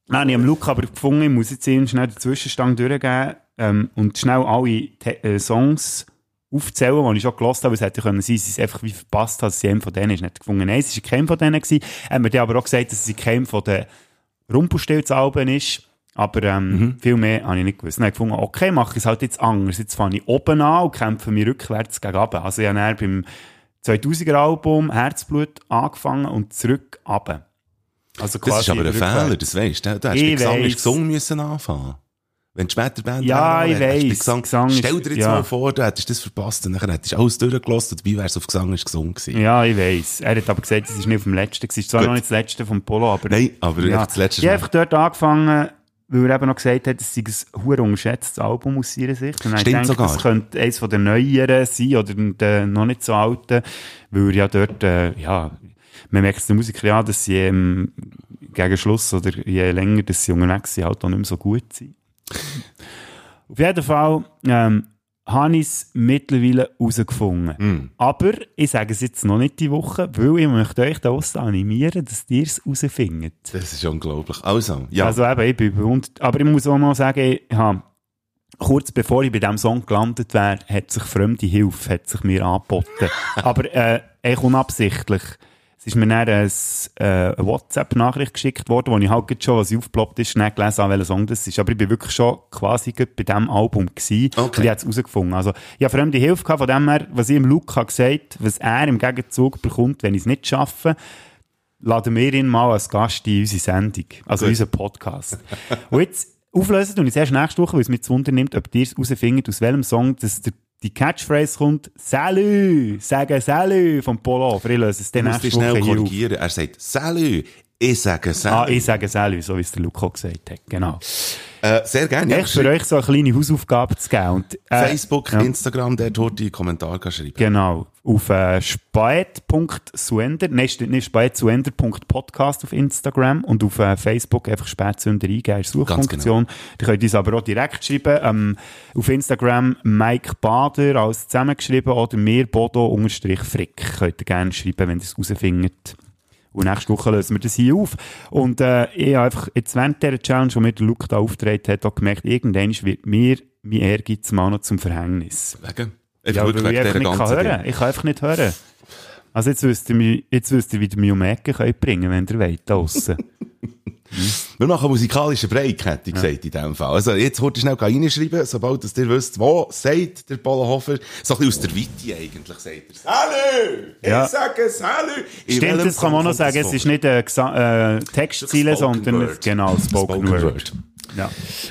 Speaker 1: Dann habe ich am Luca aber gefunden, ich muss jetzt ihm schnell den Zwischenstand durchgeben ähm, und schnell alle Te äh, Songs aufzählen, die ich schon gelost habe, weil es hätte können sein, dass ich es einfach wie verpasst habe, dass ich einen von denen ist nicht gefunden. Nein, es war kein von denen. gewesen. Er hat mir dann aber auch gesagt, dass es kein von den Rumpelstilzalben ist. Aber ähm, viel mehr habe ich nicht gewusst. Dann habe ich gefunden, okay, mache ich es halt jetzt anders. Jetzt fange ich oben an und kämpfe mich rückwärts gegen oben. Also ich habe dann beim 2000er-Album «Herzblut» angefangen und zurück runter. Also
Speaker 2: Das ist aber ein
Speaker 1: rückwärts.
Speaker 2: Fehler, das weißt du. Du hast
Speaker 1: Ich
Speaker 2: mit Gesang,
Speaker 1: weiss.
Speaker 2: hast Gesang müssen anfangen. Wenn die später Band
Speaker 1: Ja,
Speaker 2: wäre,
Speaker 1: ich
Speaker 2: hättest du bei
Speaker 1: weiss.
Speaker 2: Gesang,
Speaker 1: Gesang ist-
Speaker 2: Stell dir jetzt
Speaker 1: ja.
Speaker 2: mal vor, du hättest das verpasst und dann hättest du alles durchgelost und dabei wärst du auf Gesang ist gesungen gewesen.
Speaker 1: Ja, ich weiss. Er hat aber gesagt, es ist nicht auf dem letzten. Es war zwar
Speaker 2: Gut.
Speaker 1: noch nicht das letzte vom Polo, aber...
Speaker 2: Nein, aber
Speaker 1: ja.
Speaker 2: Genau, einfach das letzte
Speaker 1: Ich habe
Speaker 2: Mal.
Speaker 1: einfach dort angefangen, weil er eben noch gesagt hat, es sei ein hoher unterschätztes Album aus seiner Sicht. Und dann habe ich
Speaker 2: Stimmt
Speaker 1: gedacht,
Speaker 2: sogar.
Speaker 1: das könnte eines von den neueren sein oder der noch nicht so alten, weil er ja dort, äh, ja, man merkt es den Musikern ja, dass sie ähm, gegen Schluss oder je länger, dass sie unterwegs sind, halt auch nicht mehr so gut sind. Auf jeden Fall ähm, habe ich es mittlerweile herausgefunden.
Speaker 2: Hm.
Speaker 1: Aber ich sage es jetzt noch nicht die Woche, weil ich möchte euch da draussen animieren, dass ihr es herausfindet.
Speaker 2: Das ist unglaublich. Also, ja.
Speaker 1: Also eben, ich bin bewundert. Aber ich muss auch mal sagen, ich habe, kurz bevor ich bei diesem Song gelandet wäre, hat sich fremde Hilfe hat sich mir angeboten. Aber äh, echt unabsichtlich. Es ist mir dann ein, äh, eine WhatsApp-Nachricht geschickt worden, wo ich halt gerade schon, was aufgeploppt ist, schnell gelesen habe, welcher Song das ist. Aber ich bin wirklich schon quasi gerade bei diesem Album gewesen.
Speaker 2: Okay.
Speaker 1: Und ich habe es herausgefunden. Also, ich habe fremde Hilfe gehabt, von dem her, was ich im Luca gesagt was er im Gegenzug bekommt, wenn ich es nicht schaffe, laden wir ihn mal als Gast in unsere Sendung, also in unseren Podcast. Und jetzt auflösen und jetzt erst nächste Woche, weil es mich zu Wunder nimmt, ob ihr es herausfindet, aus welchem Song das der, die Catchphrase kommt, Salü, sagen Salü vom Polo. Ich löse es dann
Speaker 2: musst
Speaker 1: nächste
Speaker 2: dich
Speaker 1: Woche
Speaker 2: schnell
Speaker 1: hier auf.
Speaker 2: korrigieren. Er sagt «Salü». Ich sage
Speaker 1: Ah,
Speaker 2: «Salü».
Speaker 1: ich sage Salü, so wie es der Luco gesagt hat, genau.
Speaker 2: äh, sehr gerne.
Speaker 1: Echt für euch so eine kleine Hausaufgabe zu geben. Und, äh,
Speaker 2: Facebook,
Speaker 1: ja.
Speaker 2: Instagram, der dort die Kommentare kannst schreiben.
Speaker 1: Genau. Auf äh, spät.suender, nein, steht nicht spät.suender.podcast auf Instagram und auf äh, Facebook einfach spätsünder eingeben, ist Suchfunktion. Die könnt uns aber auch direkt schreiben. Ähm, auf Instagram Mike Bader alles zusammengeschrieben oder mir Bodo-Frick. Könnt ihr gerne schreiben, wenn ihr es rausfindet. Und nächste Woche lösen wir das hier auf. Und äh, ich habe einfach jetzt während dieser Challenge, die mir der Luke da aufgetreten hat, auch gemerkt, irgendwann wird mir mein Ehrgeiz mal noch zum Verhängnis.
Speaker 2: Wegen?
Speaker 1: Ja,
Speaker 2: Einfach
Speaker 1: weil ich
Speaker 2: wirklich wegen
Speaker 1: einfach
Speaker 2: dieser
Speaker 1: nicht kann
Speaker 2: ganzen
Speaker 1: hören.
Speaker 2: Dinge.
Speaker 1: Ich kann einfach nicht hören. Also jetzt wüsst ihr, mich- jetzt wüsst ihr wie ihr mich um die Ecke könnt bringen wenn ihr wollt, da draussen.
Speaker 2: Wir machen einen musikalischen Break, hätte ich gesagt, in dem Fall. Also, jetzt heute schnell reinschreiben, sobald dass ihr wisst, wo sagt der Bollenhofer, so ein bisschen aus der Witte eigentlich, sagt er. Salü!
Speaker 1: Ja.
Speaker 2: Ich sage Salü! In
Speaker 1: Stimmt,
Speaker 2: welchem
Speaker 1: das kann man auch noch
Speaker 2: Song kommt
Speaker 1: sagen, es
Speaker 2: das
Speaker 1: ist
Speaker 2: vor?
Speaker 1: nicht eine Gesa- äh, Textziele,
Speaker 2: Das ist ein Spoken
Speaker 1: sondern
Speaker 2: Word.
Speaker 1: genau, Spoken,
Speaker 2: Spoken
Speaker 1: Word.
Speaker 2: Word.
Speaker 1: Ja.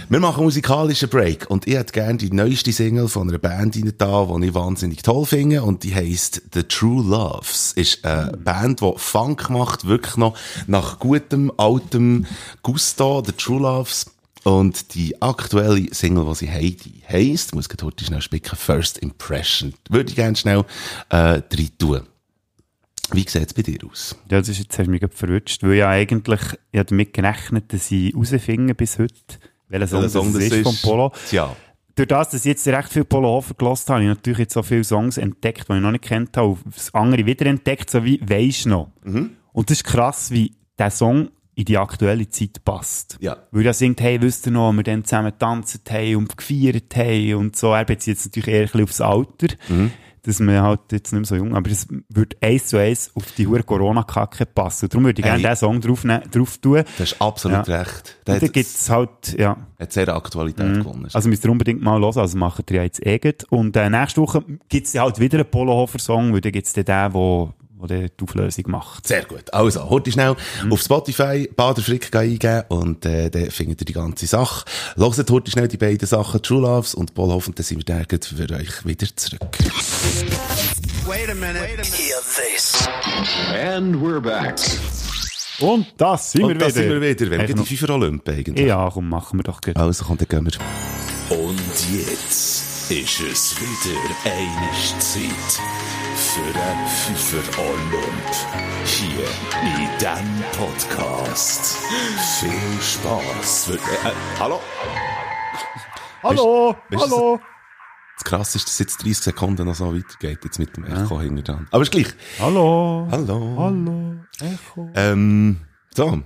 Speaker 2: Wir machen einen musikalischen Break und ich hätte gerne die neueste Single von einer Band rein da, die ich wahnsinnig toll finde und die heisst The True Loves. Ist eine Band, die Funk macht, wirklich noch nach gutem, altem Gusto, The True Loves. Und die aktuelle Single, die sie haben, die heisst, muss ich heute schnell spicken, First Impression. Würde ich gerne schnell äh, rein tun. Wie sieht es bei dir aus?
Speaker 1: Ja, das ist jetzt hast du mich gerade verwünscht, weil ja eigentlich, ich habe damit gerechnet, dass ich rausfinden bis heute, welcher Song, das es ist, vom Polo.
Speaker 2: Tja.
Speaker 1: Durch das, dass ich jetzt recht viel Polo Hofer gelost habe, habe ich natürlich jetzt so viele Songs entdeckt, die ich noch nicht kennt habe, und das andere wiederentdeckt, so wie «Weisst noch».
Speaker 2: Mhm.
Speaker 1: Und das ist krass, wie der Song in die aktuelle Zeit passt.
Speaker 2: Ja.
Speaker 1: Weil er singt, hey, wisst ihr noch, wir dann zusammen tanzen haben und gefeiert haben und so. Er bezieht es natürlich eher ein bisschen aufs Alter,
Speaker 2: Mhm.
Speaker 1: dass man halt jetzt nicht mehr so jung aber es würde eins zu eins auf die hohe Corona-Kacke passen. Und darum würde ich
Speaker 2: Hey.
Speaker 1: gerne diesen Song drauf, drauf tun.
Speaker 2: Du hast absolut
Speaker 1: Ja.
Speaker 2: recht.
Speaker 1: Und
Speaker 2: Der hat,
Speaker 1: dann gibt es halt, ja...
Speaker 2: hat sehr Aktualität gewonnen.
Speaker 1: Also müsst ihr unbedingt mal hören, also macht ihr ja jetzt eh gut. Und äh, nächste Woche gibt es halt wieder einen Polohofer-Song, weil dann gibt es den, der wo, wo der die Auflösung macht.
Speaker 2: Sehr gut. Also, heute schnell
Speaker 1: Mhm.
Speaker 2: auf Spotify Bader Frick gehen eingeben und äh, dann findet ihr die ganze Sache. Hört heute schnell die beiden Sachen, True Loves und Paul Hoff, und dann sind wir dann gleich für euch wieder zurück.
Speaker 5: And we're back.
Speaker 1: Und das sind
Speaker 2: Und
Speaker 1: wir
Speaker 2: da sind
Speaker 1: wieder.
Speaker 2: wir wieder, wenn wir
Speaker 1: Eigentlich
Speaker 2: die FIFA Olymp eigentlich.
Speaker 1: noch- Ja, komm, machen wir doch gut.
Speaker 2: Also, komm, dann gehen wir.
Speaker 3: Und jetzt ist es wieder eine Zeit für den Fünfer Olymp. Hier in diesem Podcast. Viel Spaß. Für, äh, äh, hallo?
Speaker 1: Hallo,
Speaker 2: Weißt- weißt du,
Speaker 1: hallo.
Speaker 2: Das krass ist, dass es jetzt 30 Sekunden noch so weitergeht, jetzt mit dem Echo hinten dran. Aber ist gleich.
Speaker 1: Hallo.
Speaker 2: Hallo.
Speaker 1: Hallo. Echo.
Speaker 2: Ähm, so.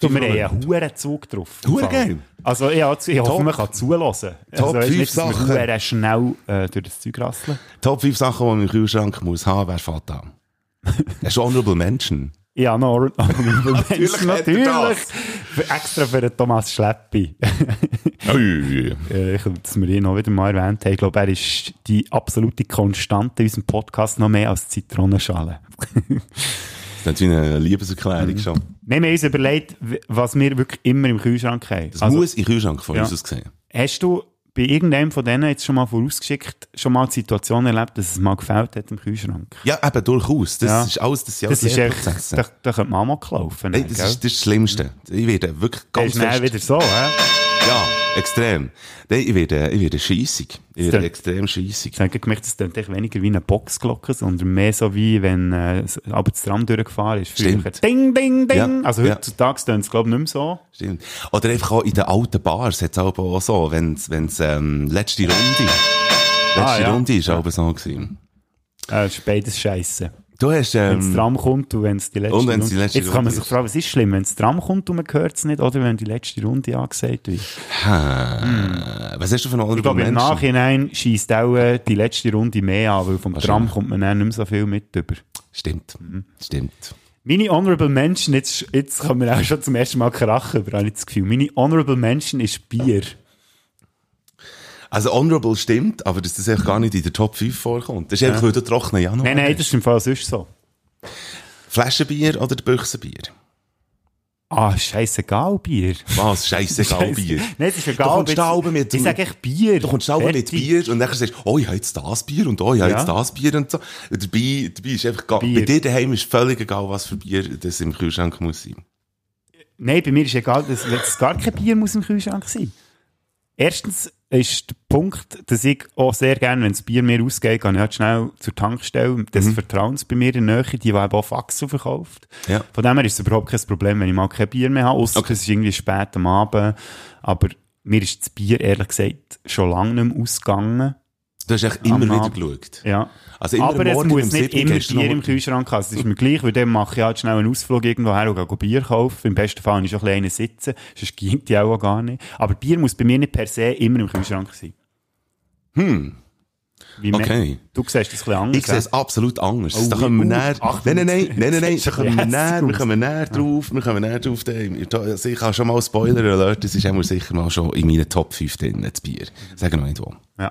Speaker 1: Du, wir haben einen hohen Zug drauf.
Speaker 2: Hure geil.
Speaker 1: Also ich, hab- ich hoffe,
Speaker 2: Top.
Speaker 1: man kann zulassen.
Speaker 2: Top
Speaker 1: also,
Speaker 2: fünf
Speaker 1: nicht, dass
Speaker 2: Sachen.
Speaker 1: wir hure schnell äh, durch das Zeug rasseln.
Speaker 2: Top 5 Sachen, die man im Kühlschrank muss haben, wer fährt da? Hast du Honorable Menschen?
Speaker 1: Ja, noch Or- Honorable Mention,
Speaker 2: hat er
Speaker 1: natürlich.
Speaker 2: das.
Speaker 1: Für, extra für den Thomas Schleppi. Äh, ich, dass wir ihn noch wieder mal erwähnt haben. Ich glaube, er ist die absolute Konstante in unserem Podcast, noch mehr als die Zitronenschale.
Speaker 2: Das ist natürlich eine Liebeserklärung
Speaker 1: Mhm.
Speaker 2: schon.
Speaker 1: Nein, wir haben uns überlegt, w- was wir wirklich immer im Kühlschrank haben.
Speaker 2: Das
Speaker 1: Also,
Speaker 2: muss im Kühlschrank von
Speaker 1: Ja.
Speaker 2: uns aus gesehen.
Speaker 1: hast du bei irgendeinem von denen jetzt schon mal vorausgeschickt, schon mal die Situation erlebt, dass es mal gefällt hat im Kühlschrank?
Speaker 2: Ja, eben, durchaus. Das
Speaker 1: Ja.
Speaker 2: ist alles, das sind
Speaker 1: Das ist echt,
Speaker 2: Prozesse.
Speaker 1: da, da könnte man auch mal gelaufen.
Speaker 2: Ey, das, ist, das ist das Schlimmste. Ich werde wirklich ganz
Speaker 1: ist dann
Speaker 2: fest,
Speaker 1: wieder so, hä?
Speaker 2: Ja, extrem. Nein, ich werde, ich werde scheissig. Ich
Speaker 1: Stimmt.
Speaker 2: werde extrem scheissig.
Speaker 1: Ich habe gemerkt, das klingt echt weniger wie eine Boxglocke, sondern mehr so wie, wenn äh, s- aber das Tram durchgefahren ist. Früher
Speaker 2: Stimmt.
Speaker 1: Ding, ding, ding.
Speaker 2: Ja,
Speaker 1: Also
Speaker 2: ja.
Speaker 1: heutzutage klingt es, glaube ich, nicht mehr so.
Speaker 2: Stimmt. Oder einfach auch in den alten Bars hat es aber auch so, wenn es, ähm, letzte Runde, letzte
Speaker 1: Ah, ja.
Speaker 2: Runde ist aber so gewesen.
Speaker 1: Äh, ist beides scheiße.
Speaker 2: Du hast,
Speaker 1: Wenn das
Speaker 2: ähm,
Speaker 1: Tram kommt und wenn es die letzte
Speaker 2: und wenn's
Speaker 1: Runde
Speaker 2: die letzte
Speaker 1: Jetzt kann man
Speaker 2: Runde
Speaker 1: sich
Speaker 2: ist.
Speaker 1: fragen, was ist schlimm, wenn das Tram kommt und man hört es nicht oder wenn die letzte Runde angesagt wird. Ich
Speaker 2: hä,
Speaker 1: Hm.
Speaker 2: was hast du für einen anderen
Speaker 1: glaube, im Nachhinein schießt auch äh, die letzte Runde mehr an, weil vom Tram
Speaker 2: Wahrscheinlich.
Speaker 1: kommt man dann nicht mehr so viel mit über.
Speaker 2: Stimmt.
Speaker 1: Hm.
Speaker 2: Stimmt.
Speaker 1: Meine Honorable Mention, jetzt, jetzt kann man auch schon zum ersten Mal krachen, aber habe ich das Gefühl. Meine Honorable Mention ist Bier.
Speaker 2: Also, Honorable stimmt, aber dass das eigentlich gar nicht in der Top 5 vorkommt. Das ist einfach, weil du trockenen Januar
Speaker 1: Nein, nein,
Speaker 2: hast.
Speaker 1: das ist im Fall sonst so.
Speaker 2: Flaschenbier oder Büchsenbier?
Speaker 1: Ah, scheißegal, Bier.
Speaker 2: Was? Scheißegal,
Speaker 1: Scheisse-
Speaker 2: Bier.
Speaker 1: Nein, es ist
Speaker 2: Du
Speaker 1: egal.
Speaker 2: kommst da oben mit-
Speaker 1: ich sage echt Bier.
Speaker 2: Du kommst selber mit
Speaker 1: Fertig.
Speaker 2: Bier und dann sagst du, oh, ich habe jetzt das Bier und oh, ich habe
Speaker 1: Ja.
Speaker 2: jetzt das Bier und so. Und Dabei, dabei ist einfach egal.
Speaker 1: Bier.
Speaker 2: Bei dir daheim ist völlig egal, was für Bier das im Kühlschrank muss sein.
Speaker 1: Nein, bei mir ist egal, dass es gar kein Bier muss im Kühlschrank sein. Erstens ist der Punkt, dass ich auch sehr gerne, wenn das Bier mir ausgeht, gehe ich halt schnell zur Tankstelle des
Speaker 2: Mhm.
Speaker 1: Vertrauens bei mir in der Nähe, die eben auch Faxen verkauft.
Speaker 2: Ja.
Speaker 1: Von dem her ist es überhaupt kein Problem, wenn ich mal kein Bier mehr habe, ausser es ist irgendwie spät am Abend. Aber mir ist das Bier, ehrlich gesagt, schon lange nicht mehr ausgegangen.
Speaker 2: Du hast echt
Speaker 1: Am
Speaker 2: immer wieder
Speaker 1: Abend.
Speaker 2: geschaut.
Speaker 1: Ja.
Speaker 2: Also immer
Speaker 1: aber
Speaker 2: am
Speaker 1: es
Speaker 2: Morgen
Speaker 1: muss
Speaker 2: um
Speaker 1: nicht
Speaker 2: sieben
Speaker 1: immer
Speaker 2: gehst du
Speaker 1: Bier
Speaker 2: noch-
Speaker 1: im Kühlschrank haben. Das ist mir gleich, weil dann mache ich halt schnell einen Ausflug irgendwo her und gehe Bier kaufen. Im besten Fall habe ich schon ein bisschen einen sitzen, sonst ging die auch gar nicht. Aber Bier muss bei mir nicht per se immer im Kühlschrank sein. Hm. Wie
Speaker 2: Okay.
Speaker 1: okay. Du siehst das ein bisschen anders.
Speaker 2: Ich sehe es absolut anders. da
Speaker 1: wie-
Speaker 2: kommen wir
Speaker 1: uh,
Speaker 2: näher.
Speaker 1: Achtung.
Speaker 2: Nein, nein, nein, nein, nein, nein.
Speaker 1: Jetzt
Speaker 2: Da kommen wir
Speaker 1: sieht's
Speaker 2: näher, wir
Speaker 1: aus.
Speaker 2: kommen näher drauf, wir kommen näher drauf. dem- Also ich habe schon mal Spoiler Alert, das ist einmal sicher mal schon in meinen Top 5 drin, das Bier. Sagen wir nicht wo.
Speaker 1: ja.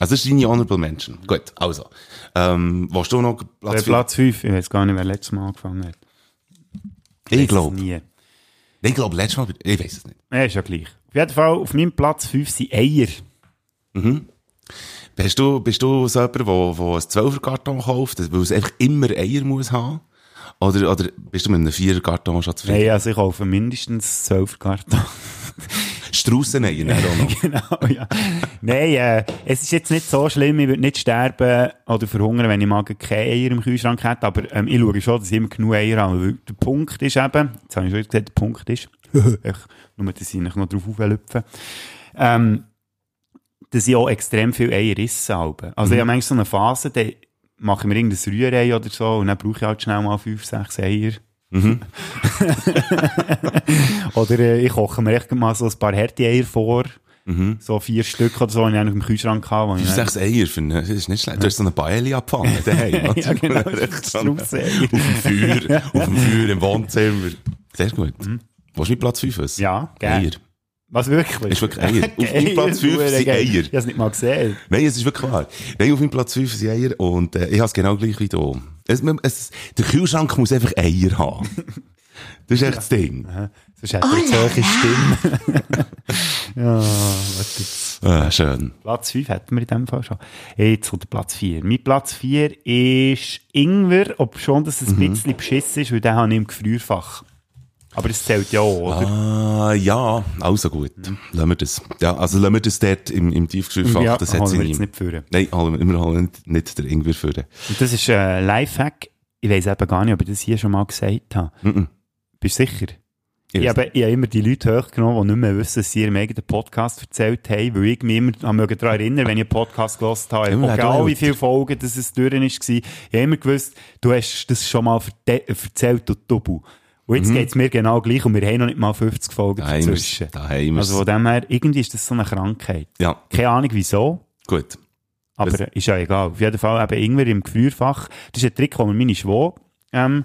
Speaker 2: Also das ist deine Honorable Mention. Gut, also. Ähm, willst du noch
Speaker 1: Platz,
Speaker 2: Platz
Speaker 1: äh,
Speaker 2: 4?
Speaker 1: Platz 5. Ich weiß gar nicht, wer letztes Mal angefangen hat.
Speaker 2: Ich
Speaker 1: Weiss es
Speaker 2: glaube,
Speaker 1: nie.
Speaker 2: ich glaube, letztes Mal, ich weiß es nicht.
Speaker 1: Ja, ist ja gleich. Auf jeden Fall, auf meinem Platz 5 sind Eier.
Speaker 2: Bist du, bist du so jemand, der, der einen Zwölferkarton kauft, weil es einfach immer Eier muss haben? Oder, oder bist du mit einem Viererkarton schon zufrieden?
Speaker 1: Nein, also ich kaufe mindestens 12 Kartons.
Speaker 2: Straußeneier, nein, auch noch.
Speaker 1: genau, ja. Nein, äh, es ist jetzt nicht so schlimm, ich würde nicht sterben oder verhungern, wenn ich mal keine Eier im Kühlschrank hätte, aber ähm, ich schaue schon, dass ich immer genug Eier habe. Weil der Punkt ist eben, jetzt habe ich schon gesagt, der Punkt ist, ich, nur, dass ich nicht noch drauf auflüpfe, ähm, dass ich auch extrem viel Eier esse. halbe. Also
Speaker 2: Mhm.
Speaker 1: ich habe manchmal so eine Phase, da mache ich mir irgendein Rührei oder so und dann brauche ich halt schnell mal fünf, sechs Eier.
Speaker 2: Mhm.
Speaker 1: Oder äh, ich koche mir echt mal so ein paar Härte-Eier vor.
Speaker 2: Mhm.
Speaker 1: So vier Stück oder so, die ich eigentlich im Kühlschrank habe. wo ich
Speaker 2: Fünf,
Speaker 1: dann-
Speaker 2: sechs Eier für eine, das ist nicht schlecht. Du hast so eine Paella abgefangen daheim. oder?
Speaker 1: Ja, genau,
Speaker 2: Echt so eine- auf
Speaker 1: Straußeneier.
Speaker 2: dem Feuer, auf dem Feuer im Wohnzimmer. Sehr gut. Willst du mit Platz 5?
Speaker 1: Mhm. Ja, gerne.
Speaker 2: Eier.
Speaker 1: Was wirklich?
Speaker 2: Ist wirklich Eier. Auf meinem Platz fünf
Speaker 1: Huere,
Speaker 2: sind
Speaker 1: geil.
Speaker 2: Eier.
Speaker 1: Ich habe es nicht mal gesehen.
Speaker 2: Nein, es ist wirklich klar. Nein, auf meinem Platz 5 sind Eier und äh, ich habe es genau gleich wie du. Es, man- es, der Kühlschrank muss einfach Eier haben. Das ist echt das Ding.
Speaker 1: Sonst hätte ich solche Stimme. ja, warte.
Speaker 2: Ah, schön.
Speaker 1: Platz 5 hätten wir in dem Fall schon. Jetzt kommt der Platz 4. Mein Platz 4 ist Ingwer, ob schon das
Speaker 2: Mhm.
Speaker 1: ein bisschen beschissen ist, weil den habe ich im Gefrierfach. Aber es zählt ja auch, oder?
Speaker 2: Ah, ja, also gut. Lassen wir das. Ja, also lassen wir das dort im, im Tiefgeschirrfach.
Speaker 1: Mhm. Ja,
Speaker 2: das
Speaker 1: holen
Speaker 2: hat sie
Speaker 1: wir jetzt
Speaker 2: nicht.
Speaker 1: nicht führen.
Speaker 2: Nein, holen wir wir holen nicht, nicht den Ingwer für den.
Speaker 1: Und das ist ein Lifehack. Ich weiß eben gar nicht, ob ich das hier schon mal gesagt habe.
Speaker 2: Mhm.
Speaker 1: Bist du sicher? Ich
Speaker 2: Ich weiss
Speaker 1: habe, ich habe immer die Leute hochgenommen, die nicht mehr wissen, dass sie ihrem eigenen Podcast erzählt haben, weil ich mich immer daran erinnern wenn ich einen Podcast gehört habe,
Speaker 2: Immer hat
Speaker 1: egal
Speaker 2: auch
Speaker 1: wie viele Folgen dass es drin war, ich habe immer gewusst, du hast das schon mal verte- erzählt, du Tubu. Und jetzt geht es mir genau gleich und wir haben noch nicht mal 50 Folgen
Speaker 2: Daheim Mhm. ist-
Speaker 1: dazwischen.
Speaker 2: daheim ist-
Speaker 1: Also von dem her, irgendwie ist das so eine Krankheit.
Speaker 2: Ja,
Speaker 1: Keine Ahnung wieso,
Speaker 2: gut.
Speaker 1: aber
Speaker 2: Das-
Speaker 1: ist ja egal. Auf jeden Fall eben Ingwer im Gefrierfach. Das ist ein Trick, den mir meine Schwau ähm,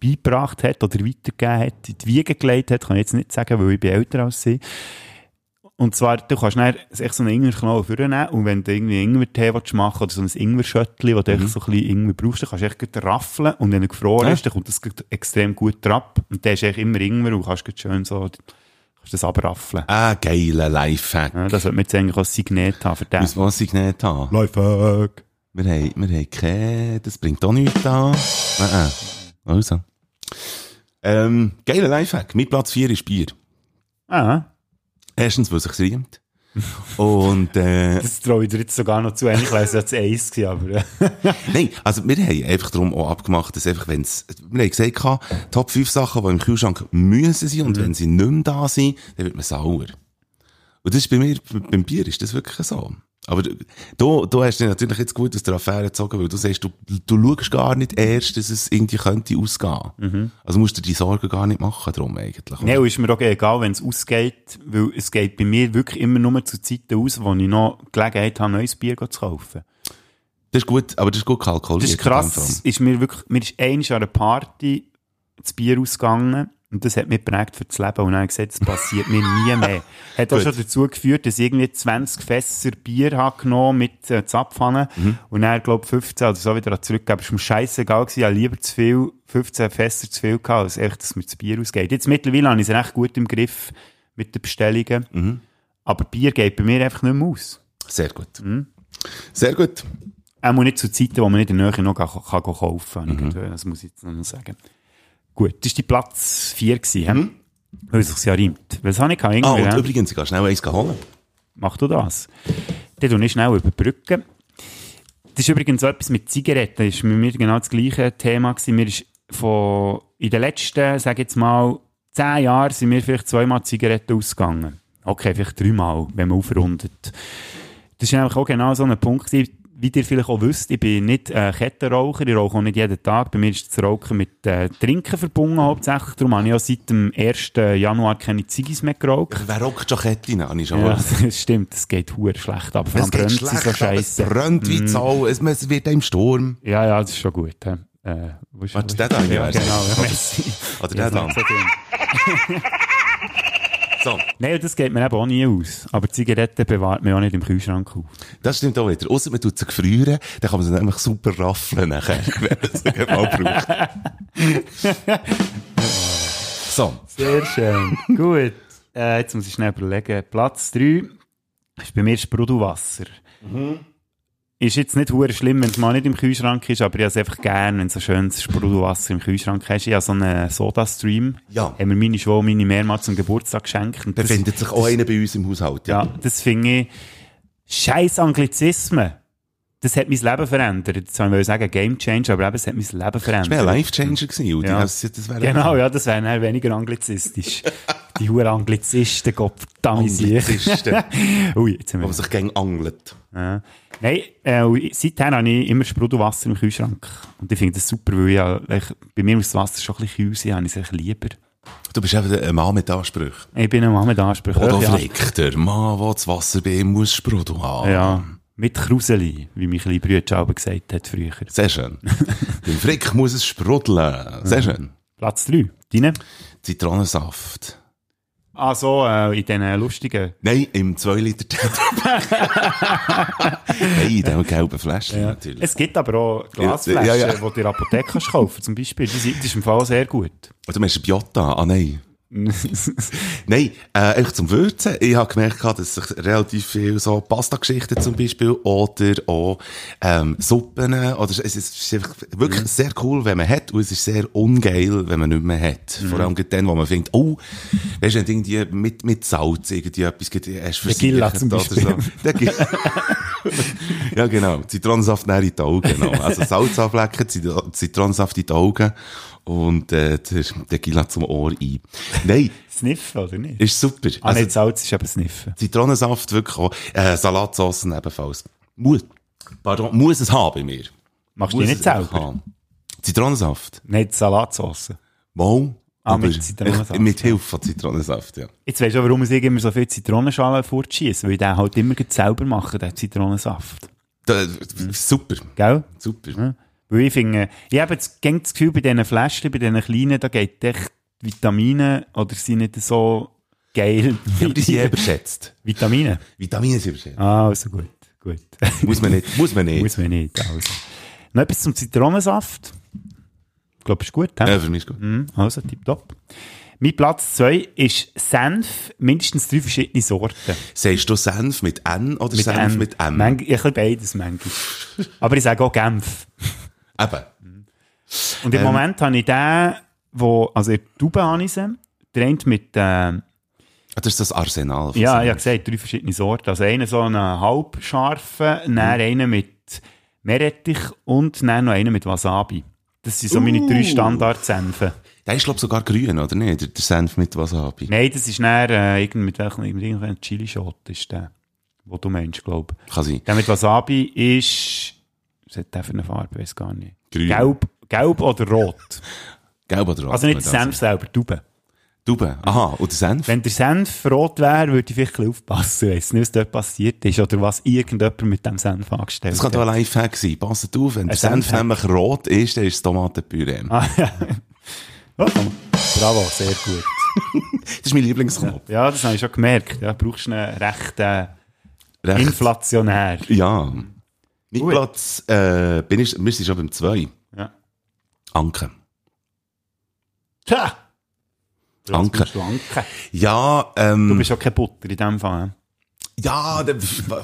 Speaker 1: beigebracht hat oder weitergegeben hat, in die Wiege gelegt hat, kann ich jetzt nicht sagen, weil ich bin älter als sie. Und zwar, du kannst dann echt so einen Ingwerknall vornehmen und wenn du irgendwie Ingwer-Tee willst machen oder so ein Ingwer-Schöttli, wo du echt so ein bisschen Ingwer brauchst, dann kannst du echt gleich raffeln und wenn er gefroren
Speaker 2: Mhm. Ja.
Speaker 1: ist, dann kommt das gleich extrem gut drauf und dann ist echt immer Ingwer und kannst gleich schön so, kannst das abraffeln.
Speaker 2: Ah, geiler Lifehack.
Speaker 1: Ja, das sollte man jetzt eigentlich als Signet haben für den.
Speaker 2: Aus was ich nicht habe.
Speaker 1: Lifehack!
Speaker 2: Wir haben, wir haben keine, das bringt auch nichts an. Nein, nein. Also. Ähm, geiler Lifehack. Mit Platz 4 ist Bier.
Speaker 1: Ah,
Speaker 2: Erstens, weil es sich riemt. Und, äh,
Speaker 1: Das traue ich dir jetzt sogar noch zu. Eigentlich wäre es ja das Eis gewesen, aber äh,
Speaker 2: nein, also wir haben einfach darum auch abgemacht, dass einfach, wenn's, wir haben gesagt, gehabt, Top 5 Sachen, die im Kühlschrank müssen sein
Speaker 1: Mhm.
Speaker 2: und wenn sie nicht mehr da sind, dann wird man sauer. Und das ist bei mir, b- beim Bier ist das wirklich so. Aber du- du, du hast dich natürlich jetzt gut aus der Affäre gezogen, weil du sagst, du, du schaust gar nicht erst, dass es irgendwie könnte ausgehen.
Speaker 1: Mhm.
Speaker 2: Also musst du dir die Sorgen gar nicht machen drum eigentlich.
Speaker 1: nee, und ist mir auch egal, wenn es ausgeht, weil es geht bei mir wirklich immer nur zu Zeiten aus, wo ich noch Gelegenheit habe, neues Bier zu kaufen.
Speaker 2: Das ist gut, aber das ist gut kalkuliert.
Speaker 1: Das ist
Speaker 2: in dem Fall.
Speaker 1: krass. Ist mir wirklich, mir ist eins an einer Party das Bier ausgegangen Und das hat mich geprägt für das Leben. Und dann habe ich gesagt, das passiert mir nie mehr. Hat auch
Speaker 2: Gut.
Speaker 1: schon dazu geführt, dass ich irgendwie 20 Fässer Bier habe genommen mit äh, Zapfhahn. Und dann, glaube ich, 15 oder so wieder zurückgegeben. Es war mir scheissegal gewesen. Ich habe lieber zu viel, 15 Fässer zu viel gehabt, als echt, dass mir das Bier ausgeht. Jetzt mittlerweile habe ich es recht gut im Griff mit den Bestellungen. Aber Bier geht bei mir einfach nicht mehr aus.
Speaker 2: Sehr gut.
Speaker 1: Mhm.
Speaker 2: Sehr gut.
Speaker 1: Auch nicht zu Zeiten, wo man nicht in der Nähe noch kann, kann gehen kaufen kann.
Speaker 2: Mhm.
Speaker 1: Das muss ich jetzt noch sagen. Gut, das war die Platz 4 gewesen, mhm. weil es sich ja reimt. Was habe ich gehabt?
Speaker 2: Ah,
Speaker 1: Irgendwie,
Speaker 2: und
Speaker 1: hä?
Speaker 2: übrigens, ich gehe schnell eins holen.
Speaker 1: mach du das. Dann tue ich schnell überbrücken. Das ist übrigens so etwas mit Zigaretten, das war bei mir genau das gleiche Thema. gewesen. Mir ist von, in den letzten, sage ich jetzt mal, zehn Jahren sind mir vielleicht zweimal Zigaretten ausgegangen. Okay, vielleicht dreimal, wenn man aufrundet. Das war nämlich auch genau so ein Punkt, gewesen. wie ihr vielleicht auch wisst, ich bin nicht äh, Kettenraucher, ich rauche auch nicht jeden Tag. Bei mir ist das Rauchen mit äh, Trinken verbunden hauptsächlich, darum habe ich auch seit dem 1. Januar keine Ziggis mehr geraucht.
Speaker 2: Wer rockt schon Kettchen an? Ist
Speaker 1: Ja,
Speaker 2: aber
Speaker 1: das stimmt, es geht huere schlecht ab. Vor allem
Speaker 2: Es geht
Speaker 1: brennt sie
Speaker 2: schlecht,
Speaker 1: so
Speaker 2: aber es
Speaker 1: scheiße. Mm.
Speaker 2: brennt wie Zau, es, es wird im Sturm.
Speaker 1: Ja, ja, das ist schon gut. hä? Äh, wo ist,
Speaker 2: Warte,
Speaker 1: wo
Speaker 2: der
Speaker 1: ist-
Speaker 2: da,
Speaker 1: ja,
Speaker 2: ja.
Speaker 1: genau. Ja, merci.
Speaker 2: Oder
Speaker 1: Ja,
Speaker 2: der
Speaker 1: das
Speaker 2: da.
Speaker 1: macht's auch Sinn.
Speaker 2: So,
Speaker 1: Nein, das geht mir eben auch nie aus. Aber Zigaretten bewahrt man auch nicht im Kühlschrank auf.
Speaker 2: das stimmt auch wieder. Außer man tut sie gefrieren, dann kann man sie nämlich super raffeln nachher, wenn man sie mal braucht. so,
Speaker 1: Sehr schön. gut. Äh, jetzt muss ich schnell überlegen. Platz 3 ist bei mir Sprudelwasser. Mhm. Ist jetzt nicht hure schlimm, wenn es mal nicht im Kühlschrank ist, aber ich habe es einfach gern, wenn so schönes Sprudelwasser im Kühlschrank hast. Ich habe so einen Soda-Stream.
Speaker 2: Ja.
Speaker 1: Haben mir meine Schwau, meine mehrmals zum Geburtstag geschenkt. Und das-
Speaker 2: befindet sich auch einer bei uns im Haushalt, ja.
Speaker 1: Ja, das finde ich. Scheiß Anglizismen. Das hat mein Leben verändert. Jetzt wollen wir sagen, Game Changer, aber eben, es hat mein Leben
Speaker 2: Das war
Speaker 1: verändert.
Speaker 2: ein Life-Changer gewesen, Judy.
Speaker 1: Ja.
Speaker 2: Das, das wäre
Speaker 1: Genau, ja, das wäre dann weniger anglizistisch. Die hohen Anglizisten, Gott, damit
Speaker 2: Anglizisten.
Speaker 1: Ui, jetzt haben
Speaker 2: Wo man
Speaker 1: wir.
Speaker 2: sich gegen angelt.
Speaker 1: Ja. Nein, äh, und seither habe ich immer Sprudelwasser im Kühlschrank. Und ich finde das super, weil ich, ja- ich, bei mir muss das Wasser schon ein bisschen kühl sein, habe ich es ein bisschen lieber.
Speaker 2: Du bist eben ein Mann mit Ansprüchen.
Speaker 1: Ich bin ein Mann mit Ansprüchen.
Speaker 2: Oder
Speaker 1: Ja.
Speaker 2: Flick, der Mann, der das Wasser bei ihm muss sprudeln haben.
Speaker 1: Ja, mit Kruseli, wie mein kleiner Bruder gesagt hat früher.
Speaker 2: Sehr schön. Beim Frick muss es sprudeln. Sehr schön.
Speaker 1: Platz 3, deine?
Speaker 2: Zitronensaft.
Speaker 1: Ah, so, äh, in diesen lustigen.
Speaker 2: Nein, im 2-Liter-Tetrapack. Nein, in diesem gelben Fläschchen natürlich.
Speaker 1: Es gibt aber auch Glasflaschen,
Speaker 2: Ja, ja.
Speaker 1: die du in der Apotheke kannst kaufen zum Beispiel. Die sind- das ist im Fall sehr gut.
Speaker 2: Oder du meinst Biotta? Ah, nein. Nein, äh, einfach zum Würzen. Ich habe gemerkt, dass sich relativ viel so Pasta-Geschichten zum Beispiel oder auch ähm, Suppen oder es ist einfach
Speaker 1: Mhm.
Speaker 2: wirklich sehr cool, wenn man hat und es ist sehr ungeil, wenn man nicht mehr hat.
Speaker 1: Mhm.
Speaker 2: Vor allem gerade dann, wo man denkt, oh, weißt du, wenn du irgendwie mit, mit Salz irgendwie etwas gibt, hast du versichert
Speaker 1: Gilla zum
Speaker 2: oder
Speaker 1: Beispiel.
Speaker 2: Der Gilla. ja, genau. Zitronensaft näher in die Augen. Genau. Also Salz anflecken, Zit- Zitronensaft in die Augen und äh, der Tequila zum Ohr ein. Nein,
Speaker 1: Sniffen, oder nicht?
Speaker 2: ist super.
Speaker 1: ah,
Speaker 2: also
Speaker 1: nicht Salz ist eben Sniffen.
Speaker 2: Zitronensaft wirklich auch. Äh, Salatsauce ebenfalls. Muss, pardon, muss es haben bei mir.
Speaker 1: Machst du
Speaker 2: Muss
Speaker 1: die
Speaker 2: es
Speaker 1: nicht
Speaker 2: einfach
Speaker 1: selber?
Speaker 2: haben. Zitronensaft.
Speaker 1: Nicht Salatsauce.
Speaker 2: Mal.
Speaker 1: Ah,
Speaker 2: aber
Speaker 1: mit Zitronensaft,
Speaker 2: echt Mit Hilfe von Zitronensaft, ja.
Speaker 1: Jetzt weißt du, auch, warum ich immer so viel Zitronenschalen fortschieße, weil ich den halt immer gleich selber mache, den Zitronensaft.
Speaker 2: Da, Super,
Speaker 1: Gell?
Speaker 2: super.
Speaker 1: Mhm. Weil ich finde, ich habe jetzt gängig das Gefühl, bei diesen Flaschen, bei diesen kleinen, da geht echt Vitamine oder sind nicht so geil.
Speaker 2: Ja, aber die sind überschätzt.
Speaker 1: Vitamine?
Speaker 2: Vitamine sind überschätzt.
Speaker 1: Ah, also gut, gut.
Speaker 2: Muss man nicht, muss man nicht.
Speaker 1: Muss man nicht. Also. Noch etwas zum Zitronensaft. Ich glaube, ist gut. hä?
Speaker 2: Ja, für mich ist gut.
Speaker 1: Mhm, Also, tipptopp. Mein Platz 2 ist Senf, mindestens drei verschiedene Sorten.
Speaker 2: Sagst du Senf mit N oder Senf
Speaker 1: N.
Speaker 2: mit M?
Speaker 1: Manchmal- ich habe beides manchmal. Aber ich sage auch Genf.
Speaker 2: Eben.
Speaker 1: Und im Moment habe ich den, wo, also in Tauben habe ich sie. Der eine mit, äh,
Speaker 2: Das ist das Arsenal. von
Speaker 1: ja,
Speaker 2: Senf.
Speaker 1: ich habe gesagt, drei verschiedene Sorten. Also einen so einen halbscharfen, dann einen mit Meerrettich und dann noch einen mit Wasabi. Das sind so meine drei Standard-Senfen.
Speaker 2: Der ist, glaube ich, sogar grün, oder nicht? Der, der Senf mit Wasabi.
Speaker 1: Nein, das ist näher äh, irgend- mit welchem mit irgendeinem Chili Shot ist der, wo du meinst, glaube ich.
Speaker 2: Kann sein.
Speaker 1: Der mit Wasabi ist. Was hat der für eine Farbe? Ich weiß gar nicht.
Speaker 2: Grün.
Speaker 1: Gelb, gelb oder rot?
Speaker 2: Gelb oder rot?
Speaker 1: Also nicht der Senf selber, Tauben.
Speaker 2: Tauben. Aha, und der Senf?
Speaker 1: Wenn der Senf rot wäre, würde ich vielleicht ein bisschen aufpassen, ich weiss nicht, was dort passiert ist oder was irgendjemand mit dem Senf angestellt
Speaker 2: Das kann doch ein Lifehack sein. Passt auf, wenn der
Speaker 1: Senfhack.
Speaker 2: Senf nämlich rot ist, dann ist es Tomatenpüree.
Speaker 1: Ah, ja.
Speaker 9: Bravo, sehr gut.
Speaker 2: Das ist mein Lieblingsknopf.
Speaker 1: Ja, das habe ich schon gemerkt. Ja, brauchst du einen recht äh,
Speaker 2: Recht.
Speaker 1: inflationär.
Speaker 2: Ja. Mein
Speaker 1: Gut.
Speaker 2: Platz, äh, bin ich, wir sind schon beim 2.
Speaker 1: Ja.
Speaker 2: Anke.
Speaker 1: Tja!
Speaker 2: Anke.
Speaker 1: Jetzt bist Du, Anke.
Speaker 2: Ja, ähm.
Speaker 1: du bist auch keine Butter in dem Fall.
Speaker 2: Ja, der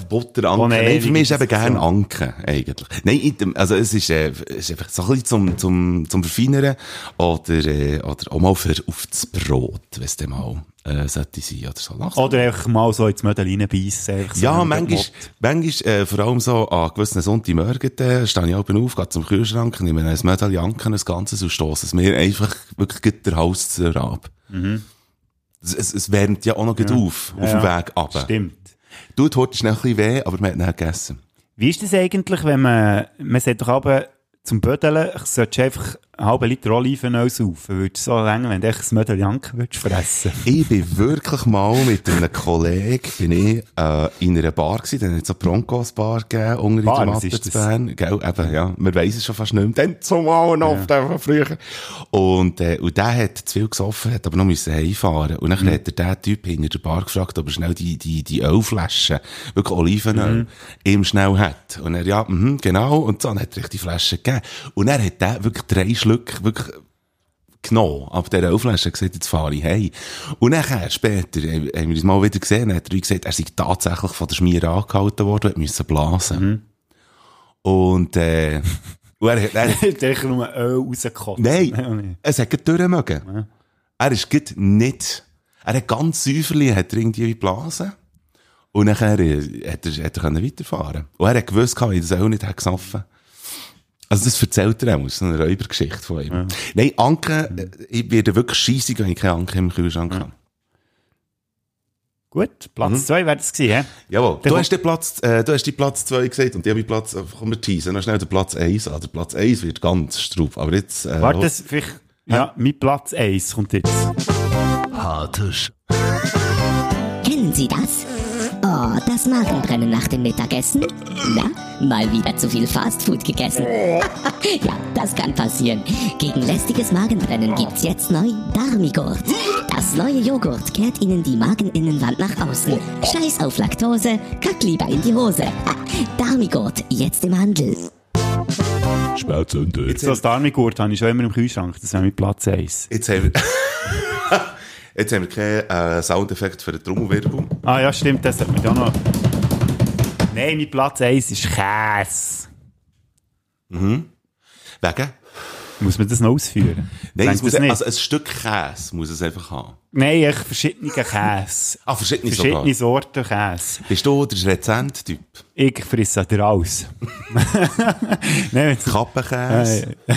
Speaker 2: Butter
Speaker 1: Oh
Speaker 2: Anke.
Speaker 1: nein,
Speaker 2: Nein, für mich ist eben
Speaker 1: Diskussion.
Speaker 2: gerne Anke, eigentlich. Nein, in dem- also es ist, äh, es ist einfach so ein bisschen zum, zum, zum Verfeinern oder, äh, oder auch mal für auf das Brot, wenn es dann mal äh, sollte sein oder so.
Speaker 1: He? Oder einfach mal so ins Mödel reinbeissen. einfach so
Speaker 2: Ja,
Speaker 1: ein
Speaker 2: manchmal,
Speaker 1: Motto.
Speaker 2: manchmal äh, vor allem so an gewissen Sonntagmorgen äh, stehe ich oben auf, gehe zum Kühlschrank, nehme ein Mädel Janken, ein ganzes und stoße es mir einfach wirklich gleich den Hals zu ab. Es, es, es wärmt ja auch noch gleich auf, auf dem
Speaker 1: Mhm. ja.
Speaker 2: Weg runter.
Speaker 1: Stimmt.
Speaker 2: Du, die Haut ist noch ein bisschen weh, aber man hat nicht gegessen.
Speaker 1: Wie ist das eigentlich, wenn man, man sollte doch aber zum Bödeln, ich sollte einfach einen halben Liter Olivenöl saufen. Würde so länger, wenn du echt das Mödel Janken würdest fressen.
Speaker 2: Ich bin wirklich mal mit einem Kollegen bin ich, äh, in einer Bar gewesen, dann hat es eine Broncos-Bar gegeben, unter
Speaker 1: Bar,
Speaker 2: in der
Speaker 1: was
Speaker 2: Matte
Speaker 1: ist
Speaker 2: zu
Speaker 1: das?
Speaker 2: Bern. Gell, eben, ja. Man weiss es schon fast nicht mehr. Dann zumal noch oft, einfach früher. Und, äh, und der hat zu viel gesoffen, hat aber noch müssen heimfahren. Und dann
Speaker 1: Mhm.
Speaker 2: hat er den Typ hinter der Bar gefragt, ob er schnell die, die, die Ölflaschen, wirklich Olivenöl,
Speaker 1: Mhm.
Speaker 2: ihm schnell hat. Und er, ja, mhm, genau. Und dann hat er richtig die Flasche gegeben. Und er hat der wirklich drei Schluck, wirklich, genommen, ab dieser Ölflasche, gesagt, jetzt fahre ich heim. Und nachher, später, äh, haben wir uns mal wieder gesehen, hat er gesagt, er sei tatsächlich von der Schmier angehalten worden, und musste blasen. Und, äh, und er hat, er,
Speaker 1: Ich hätte einfach nur Öl rausgekocht.
Speaker 2: nein, es hat gerade durch mögen. Er ist gerade nicht, er hat ganz säuferlich, hat er irgendwie geblasen. Und nachher äh, hat er, hat er können weiterfahren Und er hat gewusst, dass ich das auch nicht hätte gesoffen. Also das erzählt er auch, das ist eine Räubergeschichte von ihm. Nein, Anke, äh, ich werde wirklich scheissig, wenn ich keine Anke im Kühlschrank habe.
Speaker 1: Gut,
Speaker 2: Mhm.
Speaker 1: Platz 2 wäre das gewesen, hä?
Speaker 2: Jawohl,
Speaker 1: Dann
Speaker 2: du
Speaker 1: kommt-
Speaker 2: hast, den Platz, äh, du hast die Platz 2 gesagt und ich habe die Platz, äh, komm, wir teasen noch schnell den Platz 1 an. Der Platz 1 wird ganz straub, aber jetzt... Äh,
Speaker 1: Warte, das vielleicht, ja, mein Platz 1 kommt jetzt.
Speaker 3: Harte Sch
Speaker 10: Kennen Sie das? Oh, das Magenbrennen nach dem Mittagessen? Na, mal wieder zu viel Fastfood gegessen. ja, das kann passieren. Gegen lästiges Magenbrennen gibt's jetzt neu Darmigurt. Das neue Joghurt kehrt Ihnen die Mageninnenwand nach außen. Scheiß auf Laktose, kack lieber in die Hose. Darmigurt, jetzt im Handel.
Speaker 3: Spätzünder.
Speaker 1: So ein Darmigurt habe ich schon immer im Kühlschrank, das wäre mein Platz 1.
Speaker 2: Jetzt haben wir, jetzt haben wir keinen äh, Soundeffekt für den Trommelwirbel.
Speaker 1: Ah ja, stimmt, das hat man da noch... Nein, mein Platz 1 ist Käse.
Speaker 2: Wegen?
Speaker 1: Muss man das noch ausführen?
Speaker 2: Nein, es
Speaker 1: Denkt
Speaker 2: muss,
Speaker 1: das nicht?
Speaker 2: also ein Stück Käse muss es einfach haben.
Speaker 1: Nein, echt verschiedene Käse.
Speaker 2: Ah, verschiedene,
Speaker 1: verschiedene
Speaker 2: sogar.
Speaker 1: Sorten Käse.
Speaker 2: Bist du der Rezent-Typ?
Speaker 1: Ich frisse dir alles. Nein, jetzt...
Speaker 2: Kappenkäse?
Speaker 1: Äh,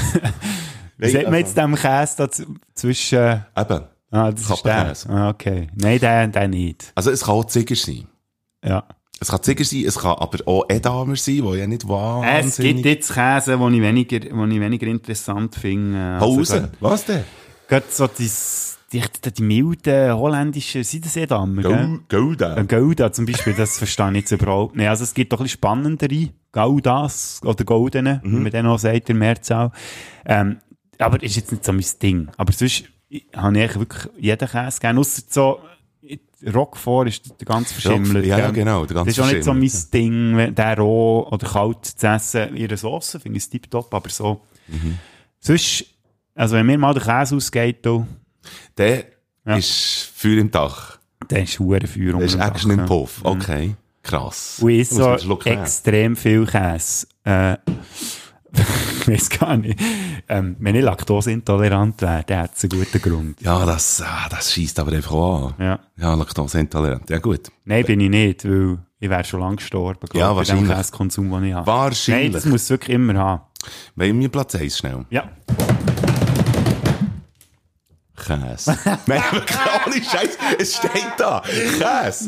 Speaker 1: Wie
Speaker 2: also-
Speaker 1: sagt man jetzt dem Käse da z- zwischen...
Speaker 2: Eben.
Speaker 1: Ah, das ist der.
Speaker 2: Kappenkäse.
Speaker 1: Ah, okay. Nein, der, der nicht.
Speaker 2: Also es kann auch Ziger sein.
Speaker 1: Ja.
Speaker 2: Es kann Ziger sein, es kann aber auch Edamer sein, wo ja nicht wahnsinnig...
Speaker 1: Es gibt jetzt Käse, die ich weniger, wo ich weniger interessant finde. äh,
Speaker 2: Hause.
Speaker 1: Also,
Speaker 2: Ah, Was denn?
Speaker 1: gerade so dieses- die, die, die milden holländischen, sind das eh Dammer, gell?
Speaker 2: Gau- Gouda.
Speaker 1: Ein Gouda zum Beispiel, das verstehe ich jetzt überhaupt nicht. Also es gibt doch ein bisschen spannendere Goudas oder Goldene,
Speaker 2: Mhm.
Speaker 1: wie man den auch sagt, in Mehrzahl. Ähm, aber ist jetzt nicht so mein Ding. Aber sonst ich- habe ich eigentlich wirklich jeden Käse gerne. Ausser so, Roquefort ist der ganz verschimmelt.
Speaker 2: ja,
Speaker 1: gell?
Speaker 2: ja, genau, der ganz
Speaker 1: Das ist auch nicht so mein
Speaker 2: verschimmelt,
Speaker 1: Ding, wenn der roh oder kalt zu essen. Ihre Sauce finde ich tiptop, aber so.
Speaker 2: Mhm.
Speaker 1: Sonst, also wenn mir mal der Käse ausgeht, da,
Speaker 2: Der
Speaker 1: Ja.
Speaker 2: ist Feuer im Dach.
Speaker 1: dann ist hure Feuer
Speaker 2: Der
Speaker 1: unter
Speaker 2: ist
Speaker 1: dem
Speaker 2: Action
Speaker 1: Dach,
Speaker 2: im
Speaker 1: ja. Mhm.
Speaker 2: Puff. Okay, krass.
Speaker 1: Und ich
Speaker 2: Muss man einen
Speaker 1: so
Speaker 2: Schluck nehmen.
Speaker 1: extrem viel Käse. Äh, ich weiß gar nicht. Ähm, wenn ich laktoseintolerant wäre, dann hätte es einen guten Grund.
Speaker 2: Ja, das, ah, das schießt aber einfach auch an.
Speaker 1: Ja.
Speaker 2: Ja, Laktoseintolerant. Ja, gut.
Speaker 1: Nein, bin ich nicht, weil ich wäre schon lange gestorben, glaub
Speaker 2: Ja,
Speaker 1: ich, bei dem
Speaker 2: wahrscheinlich.
Speaker 1: Käsekonsum, den ich habe.
Speaker 2: Wahrscheinlich.
Speaker 1: Nein, das muss es wirklich immer haben.
Speaker 2: Wollen wir Platz 1 schnell?
Speaker 1: Ja.
Speaker 2: Käse. Nein, wirklich, ohne Scheiß. Es steht da. Käse.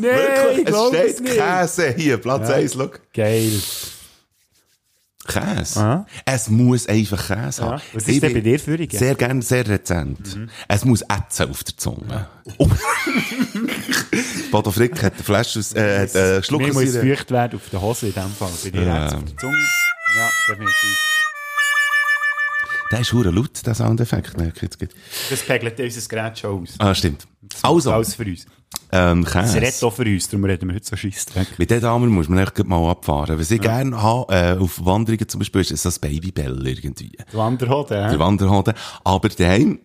Speaker 1: Nein, ich
Speaker 2: wirklich. Es
Speaker 1: glaub
Speaker 2: steht
Speaker 1: es nicht.
Speaker 2: Käse eh, hier. Platz 1, schau.
Speaker 1: Geil.
Speaker 2: Käse.
Speaker 1: Aha.
Speaker 2: Es muss einfach Käse haben.
Speaker 1: Was
Speaker 2: Ich
Speaker 1: ist denn bei
Speaker 2: bin
Speaker 1: dir für Jürgen?
Speaker 2: Sehr gern, sehr rezent. Es muss ätzen auf der Zunge. Oh. Bodo Frick hat eine Flasche aus, äh, hat einen Schluck
Speaker 1: Mir
Speaker 2: aus
Speaker 1: muss
Speaker 2: ihrer-
Speaker 1: feucht werden auf der Hose in dem Fall. Bei dir
Speaker 2: Ja.
Speaker 1: hat's auf der Zunge. Ja, definitiv.
Speaker 2: Der ist hure laut, der Soundeffekt. Merke ich jetzt gerade.
Speaker 1: Das pegelt ja unser Gerät schon aus.
Speaker 2: Ah, stimmt.
Speaker 1: Das macht
Speaker 2: Also,
Speaker 1: Alles für uns.
Speaker 2: ähm,
Speaker 1: Das
Speaker 2: Käse.
Speaker 1: redet auch für uns, darum reden wir heute so scheiss Dreck.
Speaker 2: Mit diesen Damen muss man echt gleich mal abfahren. Was ich gerne habe, äh, auf Wanderungen zum Beispiel, ist so das Babybell irgendwie.
Speaker 1: Wanderhoden,
Speaker 2: Der
Speaker 1: hä?
Speaker 2: Wanderhoden. Aber daheim,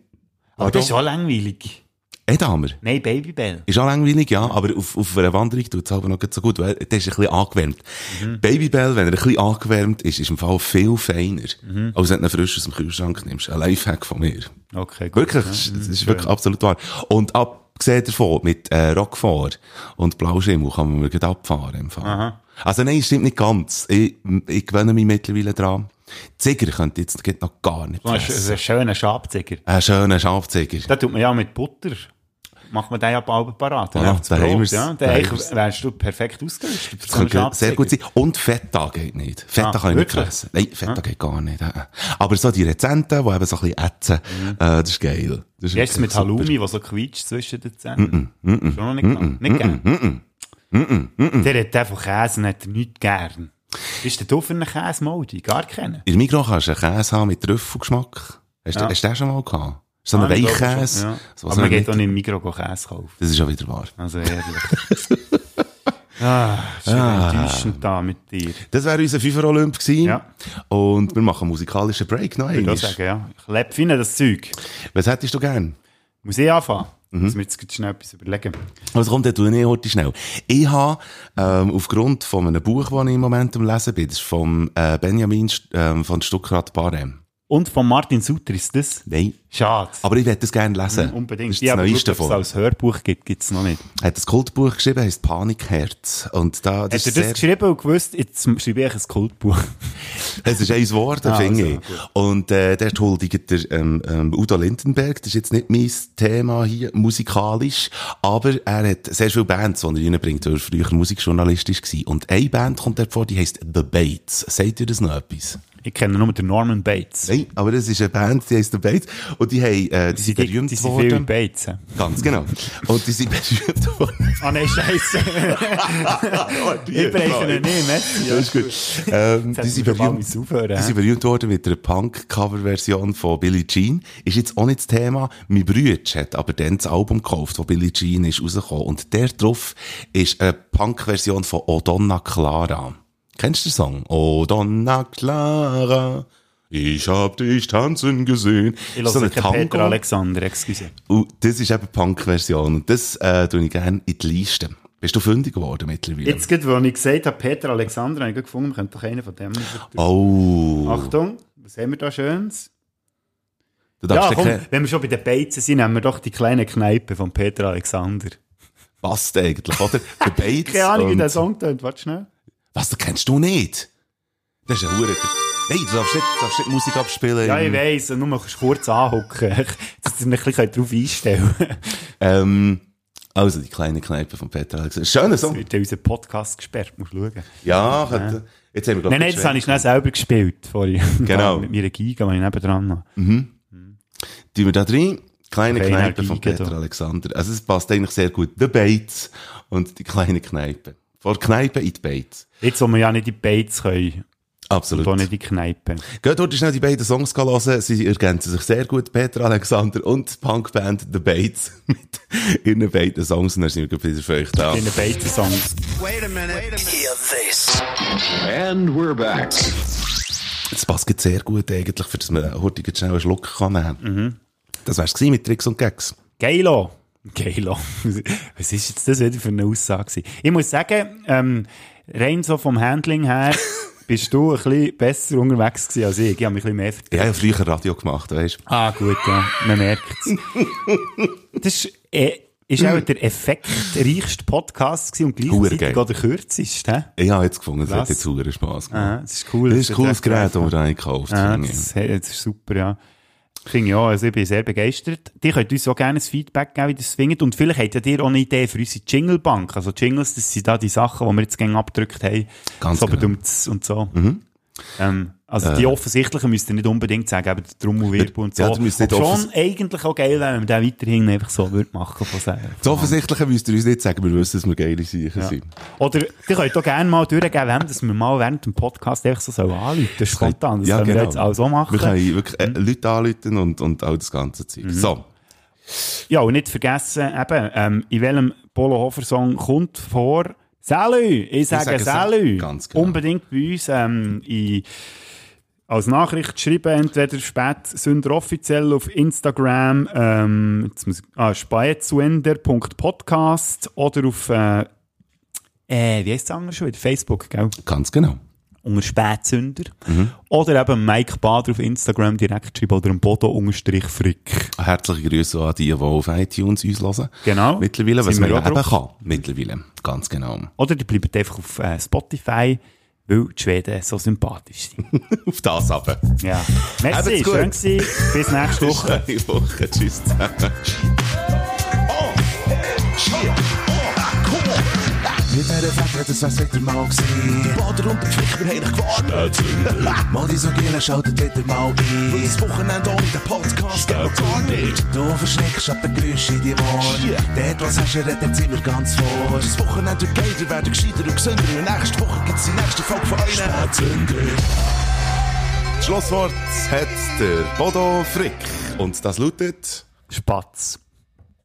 Speaker 1: Aber das ist auch langweilig.
Speaker 2: eh Damer.
Speaker 1: Nein, Babybell.
Speaker 2: Ist auch langweilig, ja, aber auf, auf einer Wanderung tut es aber noch nicht so gut, weil der ist ein bisschen angewärmt.
Speaker 1: Mhm.
Speaker 2: Babybell, wenn er ein bisschen angewärmt ist, ist im Fall viel feiner,
Speaker 1: Mhm.
Speaker 2: als wenn du ihn frisch aus dem Kühlschrank nimmst. Ein Lifehack von mir.
Speaker 1: Okay, gut.
Speaker 2: Wirklich, das ist- das ist wirklich absolut wahr. Und abgesehen davon, mit äh, Rockfahr und Blauschimmel kann man mir gerade abfahren im Fall. Also nein, stimmt nicht ganz. Ich, ich gewöhne mich mittlerweile dran. Ziger könnte jetzt geht noch gar nicht
Speaker 1: So ein, sch-
Speaker 2: essen.
Speaker 1: ein schöner Schabzeiger.
Speaker 2: Ein schöner Schafziger.
Speaker 1: Da tut man ja mit Butter. Macht man den ja bald parat.
Speaker 2: Ja,
Speaker 1: dann macht's
Speaker 2: da
Speaker 1: Brot,
Speaker 2: haben wir's.
Speaker 1: ja.
Speaker 2: Da
Speaker 1: Dann
Speaker 2: haben
Speaker 1: eigentlich
Speaker 2: wir's.
Speaker 1: wärst du perfekt ausgerüstet. für
Speaker 2: Das
Speaker 1: so einen
Speaker 2: könnte sehr gut
Speaker 1: Schabzeiger.
Speaker 2: sein. Und Feta geht nicht. Feta
Speaker 1: Ah,
Speaker 2: kann ich nicht
Speaker 1: wirklich? Ah.
Speaker 2: fressen. Nein, Feta geht gar nicht. äh, äh. Aber so die Rezenten, die eben so ein bisschen ätzen, äh, das ist geil. Das ist
Speaker 1: Wie ist es
Speaker 2: wirklich
Speaker 1: Mhm. mit
Speaker 2: super.
Speaker 1: Halloumi, was so quietscht zwischen den Zähnen? Schon noch nicht gern. Nicht gern. Der hat einfach Käse, den hat er nicht gern. Ist der du für einen Käse, Moldi? Gar keinen.
Speaker 2: In der Mikro kannst du einen Käse haben mit Trüffelgeschmack. Hast, du, hast du den schon mal gehabt? Ist So ein
Speaker 1: Ah, ich glaube
Speaker 2: Weichkäse.
Speaker 1: schon, ja.
Speaker 2: So
Speaker 1: Aber man geht auch
Speaker 2: nicht.
Speaker 1: nicht im Mikro Käse kaufen.
Speaker 2: Das ist ja wieder wahr.
Speaker 1: Also ehrlich. ah, ist ah. enttäuschend da mit dir.
Speaker 2: Das wäre unser FIFA-Olymp gewesen.
Speaker 1: Ja.
Speaker 2: Und wir machen einen musikalischen Break noch
Speaker 1: Ich würde auch
Speaker 2: einmal.
Speaker 1: sagen, ja. Ich lebe fein das Zeug.
Speaker 2: Was hättest du gern?
Speaker 1: Muss ich anfangen?
Speaker 2: Mhm.
Speaker 1: Muss mir jetzt gerade schnell etwas überlegen.
Speaker 2: Was kommt denn du nicht heute schnell? Ich habe ähm, aufgrund von einem Buch, das ich im Moment am Lesen bin, das ist vom äh, Benjamin St- ähm, von Stuckrad Barem.
Speaker 1: Und von Martin Sutter ist das?
Speaker 2: Nein.
Speaker 1: Schade.
Speaker 2: Aber ich werde das gerne lesen.
Speaker 1: Hm, Unbedingt.
Speaker 2: Das ist
Speaker 1: Ich
Speaker 2: das
Speaker 1: habe
Speaker 2: Neueste
Speaker 1: geschaut, ob
Speaker 2: von.
Speaker 1: es als Hörbuch gibt, gibt es noch nicht.
Speaker 2: Er hat ein Kultbuch geschrieben, heisst Panikherz. Und da,
Speaker 1: Hast
Speaker 2: das
Speaker 1: du
Speaker 2: ist
Speaker 1: das
Speaker 2: sehr-
Speaker 1: geschrieben und gewusst, jetzt schreibe ich ein Kultbuch?
Speaker 2: Es ist ein Wort, ah,
Speaker 1: Ah,
Speaker 2: finde
Speaker 1: also,
Speaker 2: ich.
Speaker 1: gut.
Speaker 2: Und äh, der huldigt der ähm, ähm, Udo Lindenberg. Das ist jetzt nicht mein Thema hier musikalisch, aber er hat sehr viele Bands, die er reinbringt, weil er früher Musikjournalist war. Und eine Band kommt dort vor, die heisst The Bates. Seht ihr das noch etwas?
Speaker 1: Ich kenne nur den Norman Bates.
Speaker 2: Nein, aber das ist eine Band, die heisst The Bates. Und die, haben, äh, die sind
Speaker 1: dick,
Speaker 2: berühmt
Speaker 1: die sind viel
Speaker 2: worden.
Speaker 1: in Bates. hä?
Speaker 2: Ganz genau. Und die sind berühmt worden.
Speaker 1: Ah nein, scheiße. ich breche ihn nicht, merci.
Speaker 2: Das ist gut. Ähm,
Speaker 1: Jetzt
Speaker 2: die sind
Speaker 1: hätten wir
Speaker 2: berühmt,
Speaker 1: schon mal aufhören,
Speaker 2: die
Speaker 1: hä?
Speaker 2: sind berühmt worden mit einer Punk-Cover-Version von Billie Jean. Ist jetzt auch nicht das Thema. Mein Bruder hat aber dann das Album gekauft, wo Billie Jean ist rausgekommen. Und der drauf ist eine Punk-Version von O Donna Clara. Kennst du den Song? O Donna Clara. Ich hab dich tanzen gesehen.
Speaker 1: Ich lasse
Speaker 2: ein
Speaker 1: keinen Peter Alexander, excuse.
Speaker 2: Und Uh, das ist eben die Punk-Version. Und das, äh, tue ich gerne in die Liste. Bist du fündig geworden mittlerweile?
Speaker 1: Jetzt gerade, wo ich gesagt habe, Peter Alexander, habe ich gerade gefunden, wir könnten doch einen von dem...
Speaker 2: Oh.
Speaker 1: Achtung, was haben wir da Schönes?
Speaker 2: du
Speaker 1: Ja,
Speaker 2: darfst
Speaker 1: komm,
Speaker 2: kein-
Speaker 1: wenn wir schon bei den Beizen sind, nehmen wir doch die kleine Kneipe von Peter Alexander.
Speaker 2: passt eigentlich, oder? Der Bates.
Speaker 1: Keine Ahnung, wie
Speaker 2: und-
Speaker 1: der Song tönt, warte schnell.
Speaker 2: Was, den kennst du nicht? Das ist ja hure. Nein, du darfst nicht, du darfst nicht Musik abspielen.
Speaker 1: Ja, ich weiss, nur kannst du kurz anhocken, dass du mich ein bisschen darauf einstellen könnt.
Speaker 2: Ähm, also, die kleine Kneipe von Peter Alex. Schöner
Speaker 1: Es
Speaker 2: Song.
Speaker 1: wird ja unser Podcast gesperrt, musst du schauen.
Speaker 2: Ja, könnte- jetzt haben wir, glaub
Speaker 1: Nein, nein, das habe ich schnell selber gespielt vorhin.
Speaker 2: Genau.
Speaker 1: Mit meiner Giga, die ich nebendran habe.
Speaker 2: Tun wir da drin. Kleine
Speaker 1: Kleine
Speaker 2: Kneipe von
Speaker 1: Giga
Speaker 2: Peter
Speaker 1: da.
Speaker 2: Alexander. Also, es passt eigentlich sehr gut. The Bates und die kleine Kneipe. Vor Kneipe in die Bates.
Speaker 1: Jetzt, wo wir ja nicht in die Beiz können,
Speaker 2: Absolut.
Speaker 1: und auch nicht in die Kneipe.
Speaker 2: Geht dort schnell die beiden Songs hören. Sie ergänzen sich sehr gut. Peter Alexander und die Punkband The Bates mit ihren beiden Songs. Und dann sind wir gleich wieder für euch da.
Speaker 1: In den Beizen-Songs.
Speaker 5: And we're back.
Speaker 2: Das passt jetzt sehr gut eigentlich, für dass man heute gerade schnell einen Schluck kann nehmen kann.
Speaker 1: Mhm.
Speaker 2: Das wär's gewesen mit Tricks und Gags.
Speaker 1: Geilo. Geilo. Was ist jetzt das wieder für eine Aussage? gewesen? Ich muss sagen, ähm, rein so vom Handling her, bist du ein bisschen besser unterwegs gewesen als ich. Ich habe mich ein bisschen mehr vertraut.
Speaker 2: Ich habe ja früher Radio gemacht, weißt du.
Speaker 1: Ah, gut, ja. Man merkt's. Das ist, äh, ist auch der effektreichste Podcast gewesen und
Speaker 2: Huere
Speaker 1: gleichzeitig
Speaker 2: geil.
Speaker 1: auch der kürzeste. hä?
Speaker 2: Ich habe jetzt gefunden, es hat
Speaker 1: Was?
Speaker 2: jetzt super Spass
Speaker 1: Ah,
Speaker 2: gemacht.
Speaker 1: das ist cool.
Speaker 2: Das ist ein cooles
Speaker 1: echt
Speaker 2: Gerät, das
Speaker 1: geil.
Speaker 2: wir da gekauft
Speaker 1: Ah,
Speaker 2: haben.
Speaker 1: das, das ist super, ja. Finde ich auch, also ich bin sehr begeistert. Die könnt uns auch gerne ein Feedback geben, wie das findet. Und vielleicht habt ihr auch eine Idee für unsere Jinglebank. Also Jingles, das sind da die Sachen, die wir jetzt gerne abgedrückt haben.
Speaker 2: Ganz
Speaker 1: so
Speaker 2: genau.
Speaker 1: bedummt und so. Ähm, Also die offensichtlichen müsst ihr nicht unbedingt sagen, eben der Trommelwirbel und so.
Speaker 2: Ja, die müssen nicht
Speaker 1: Obschon
Speaker 2: offens-
Speaker 1: eigentlich auch geil wäre, wenn man den weiterhin einfach so würde machen von selber.
Speaker 2: Das Offensichtliche müsst ihr uns nicht sagen, wir wissen, dass wir geile Siechen
Speaker 1: Ja.
Speaker 2: sind.
Speaker 1: Oder ihr könnt auch gerne mal durchgeben, wem, dass wir mal während dem Podcast einfach so sollen anrufen sollen. Spontan. Das
Speaker 2: Ja,
Speaker 1: können wir
Speaker 2: genau.
Speaker 1: jetzt auch so machen.
Speaker 2: Wir können wirklich äh,
Speaker 1: Mhm.
Speaker 2: Leute anrufen und, und all das ganze Zeug. So.
Speaker 1: Ja, und nicht vergessen, eben, ähm, in welchem Polo Hofer Song kommt vor Salü. Ich sage,
Speaker 2: sage Sal-
Speaker 1: Salü.
Speaker 2: Ganz genau.
Speaker 1: Unbedingt bei uns ähm, in, als Nachricht schreiben, entweder Spätsünder offiziell auf Instagram, ähm, jetzt muss ich- ah, spätsünder.podcast oder auf, äh, äh, wie heisst es anders schon wieder? Facebook, gell?
Speaker 2: Ganz genau.
Speaker 1: unter Spätsünder. Oder eben Mike Bader auf Instagram direkt schreiben oder ein Bodo-Frick.
Speaker 2: Herzliche Grüße an die, die auf iTunes uns hören.
Speaker 1: Genau.
Speaker 2: Mittlerweile, was
Speaker 1: Sind
Speaker 2: man
Speaker 1: wir
Speaker 2: ja
Speaker 1: auch
Speaker 2: eben
Speaker 1: drauf.
Speaker 2: kann. Mittlerweile. Ganz genau.
Speaker 1: Oder die bleiben einfach auf äh, Spotify, weil die Schweden so sympathisch sind.
Speaker 2: Auf das aber.
Speaker 1: Ja.
Speaker 2: Habt's
Speaker 1: Merci,
Speaker 2: gut.
Speaker 1: schön gewesen. Bis nächste Woche.
Speaker 2: Schöne Woche. Tschüss zusammen.
Speaker 3: Nicht mehr reflektiert, das wär's wieder mal gewesen. Die Bader und der Pflicht, wir haben dich gewarnt. Mal die so gehen, schaltet wieder mal ein. Weil das Wochenende ohne den Podcast geht gar nicht. Du verschreckst ab den Geräusch in die Wohnung. Dort, was hast du, redet sind wir ganz vor. Das Wochenende wird geiler, werden gescheiter und gesünder. Und nächste Woche gibt's die nächste Folge von euch. Spätzünder.
Speaker 2: Schlusswort hat der Bodo Frick. Und das lautet...
Speaker 1: Spatz.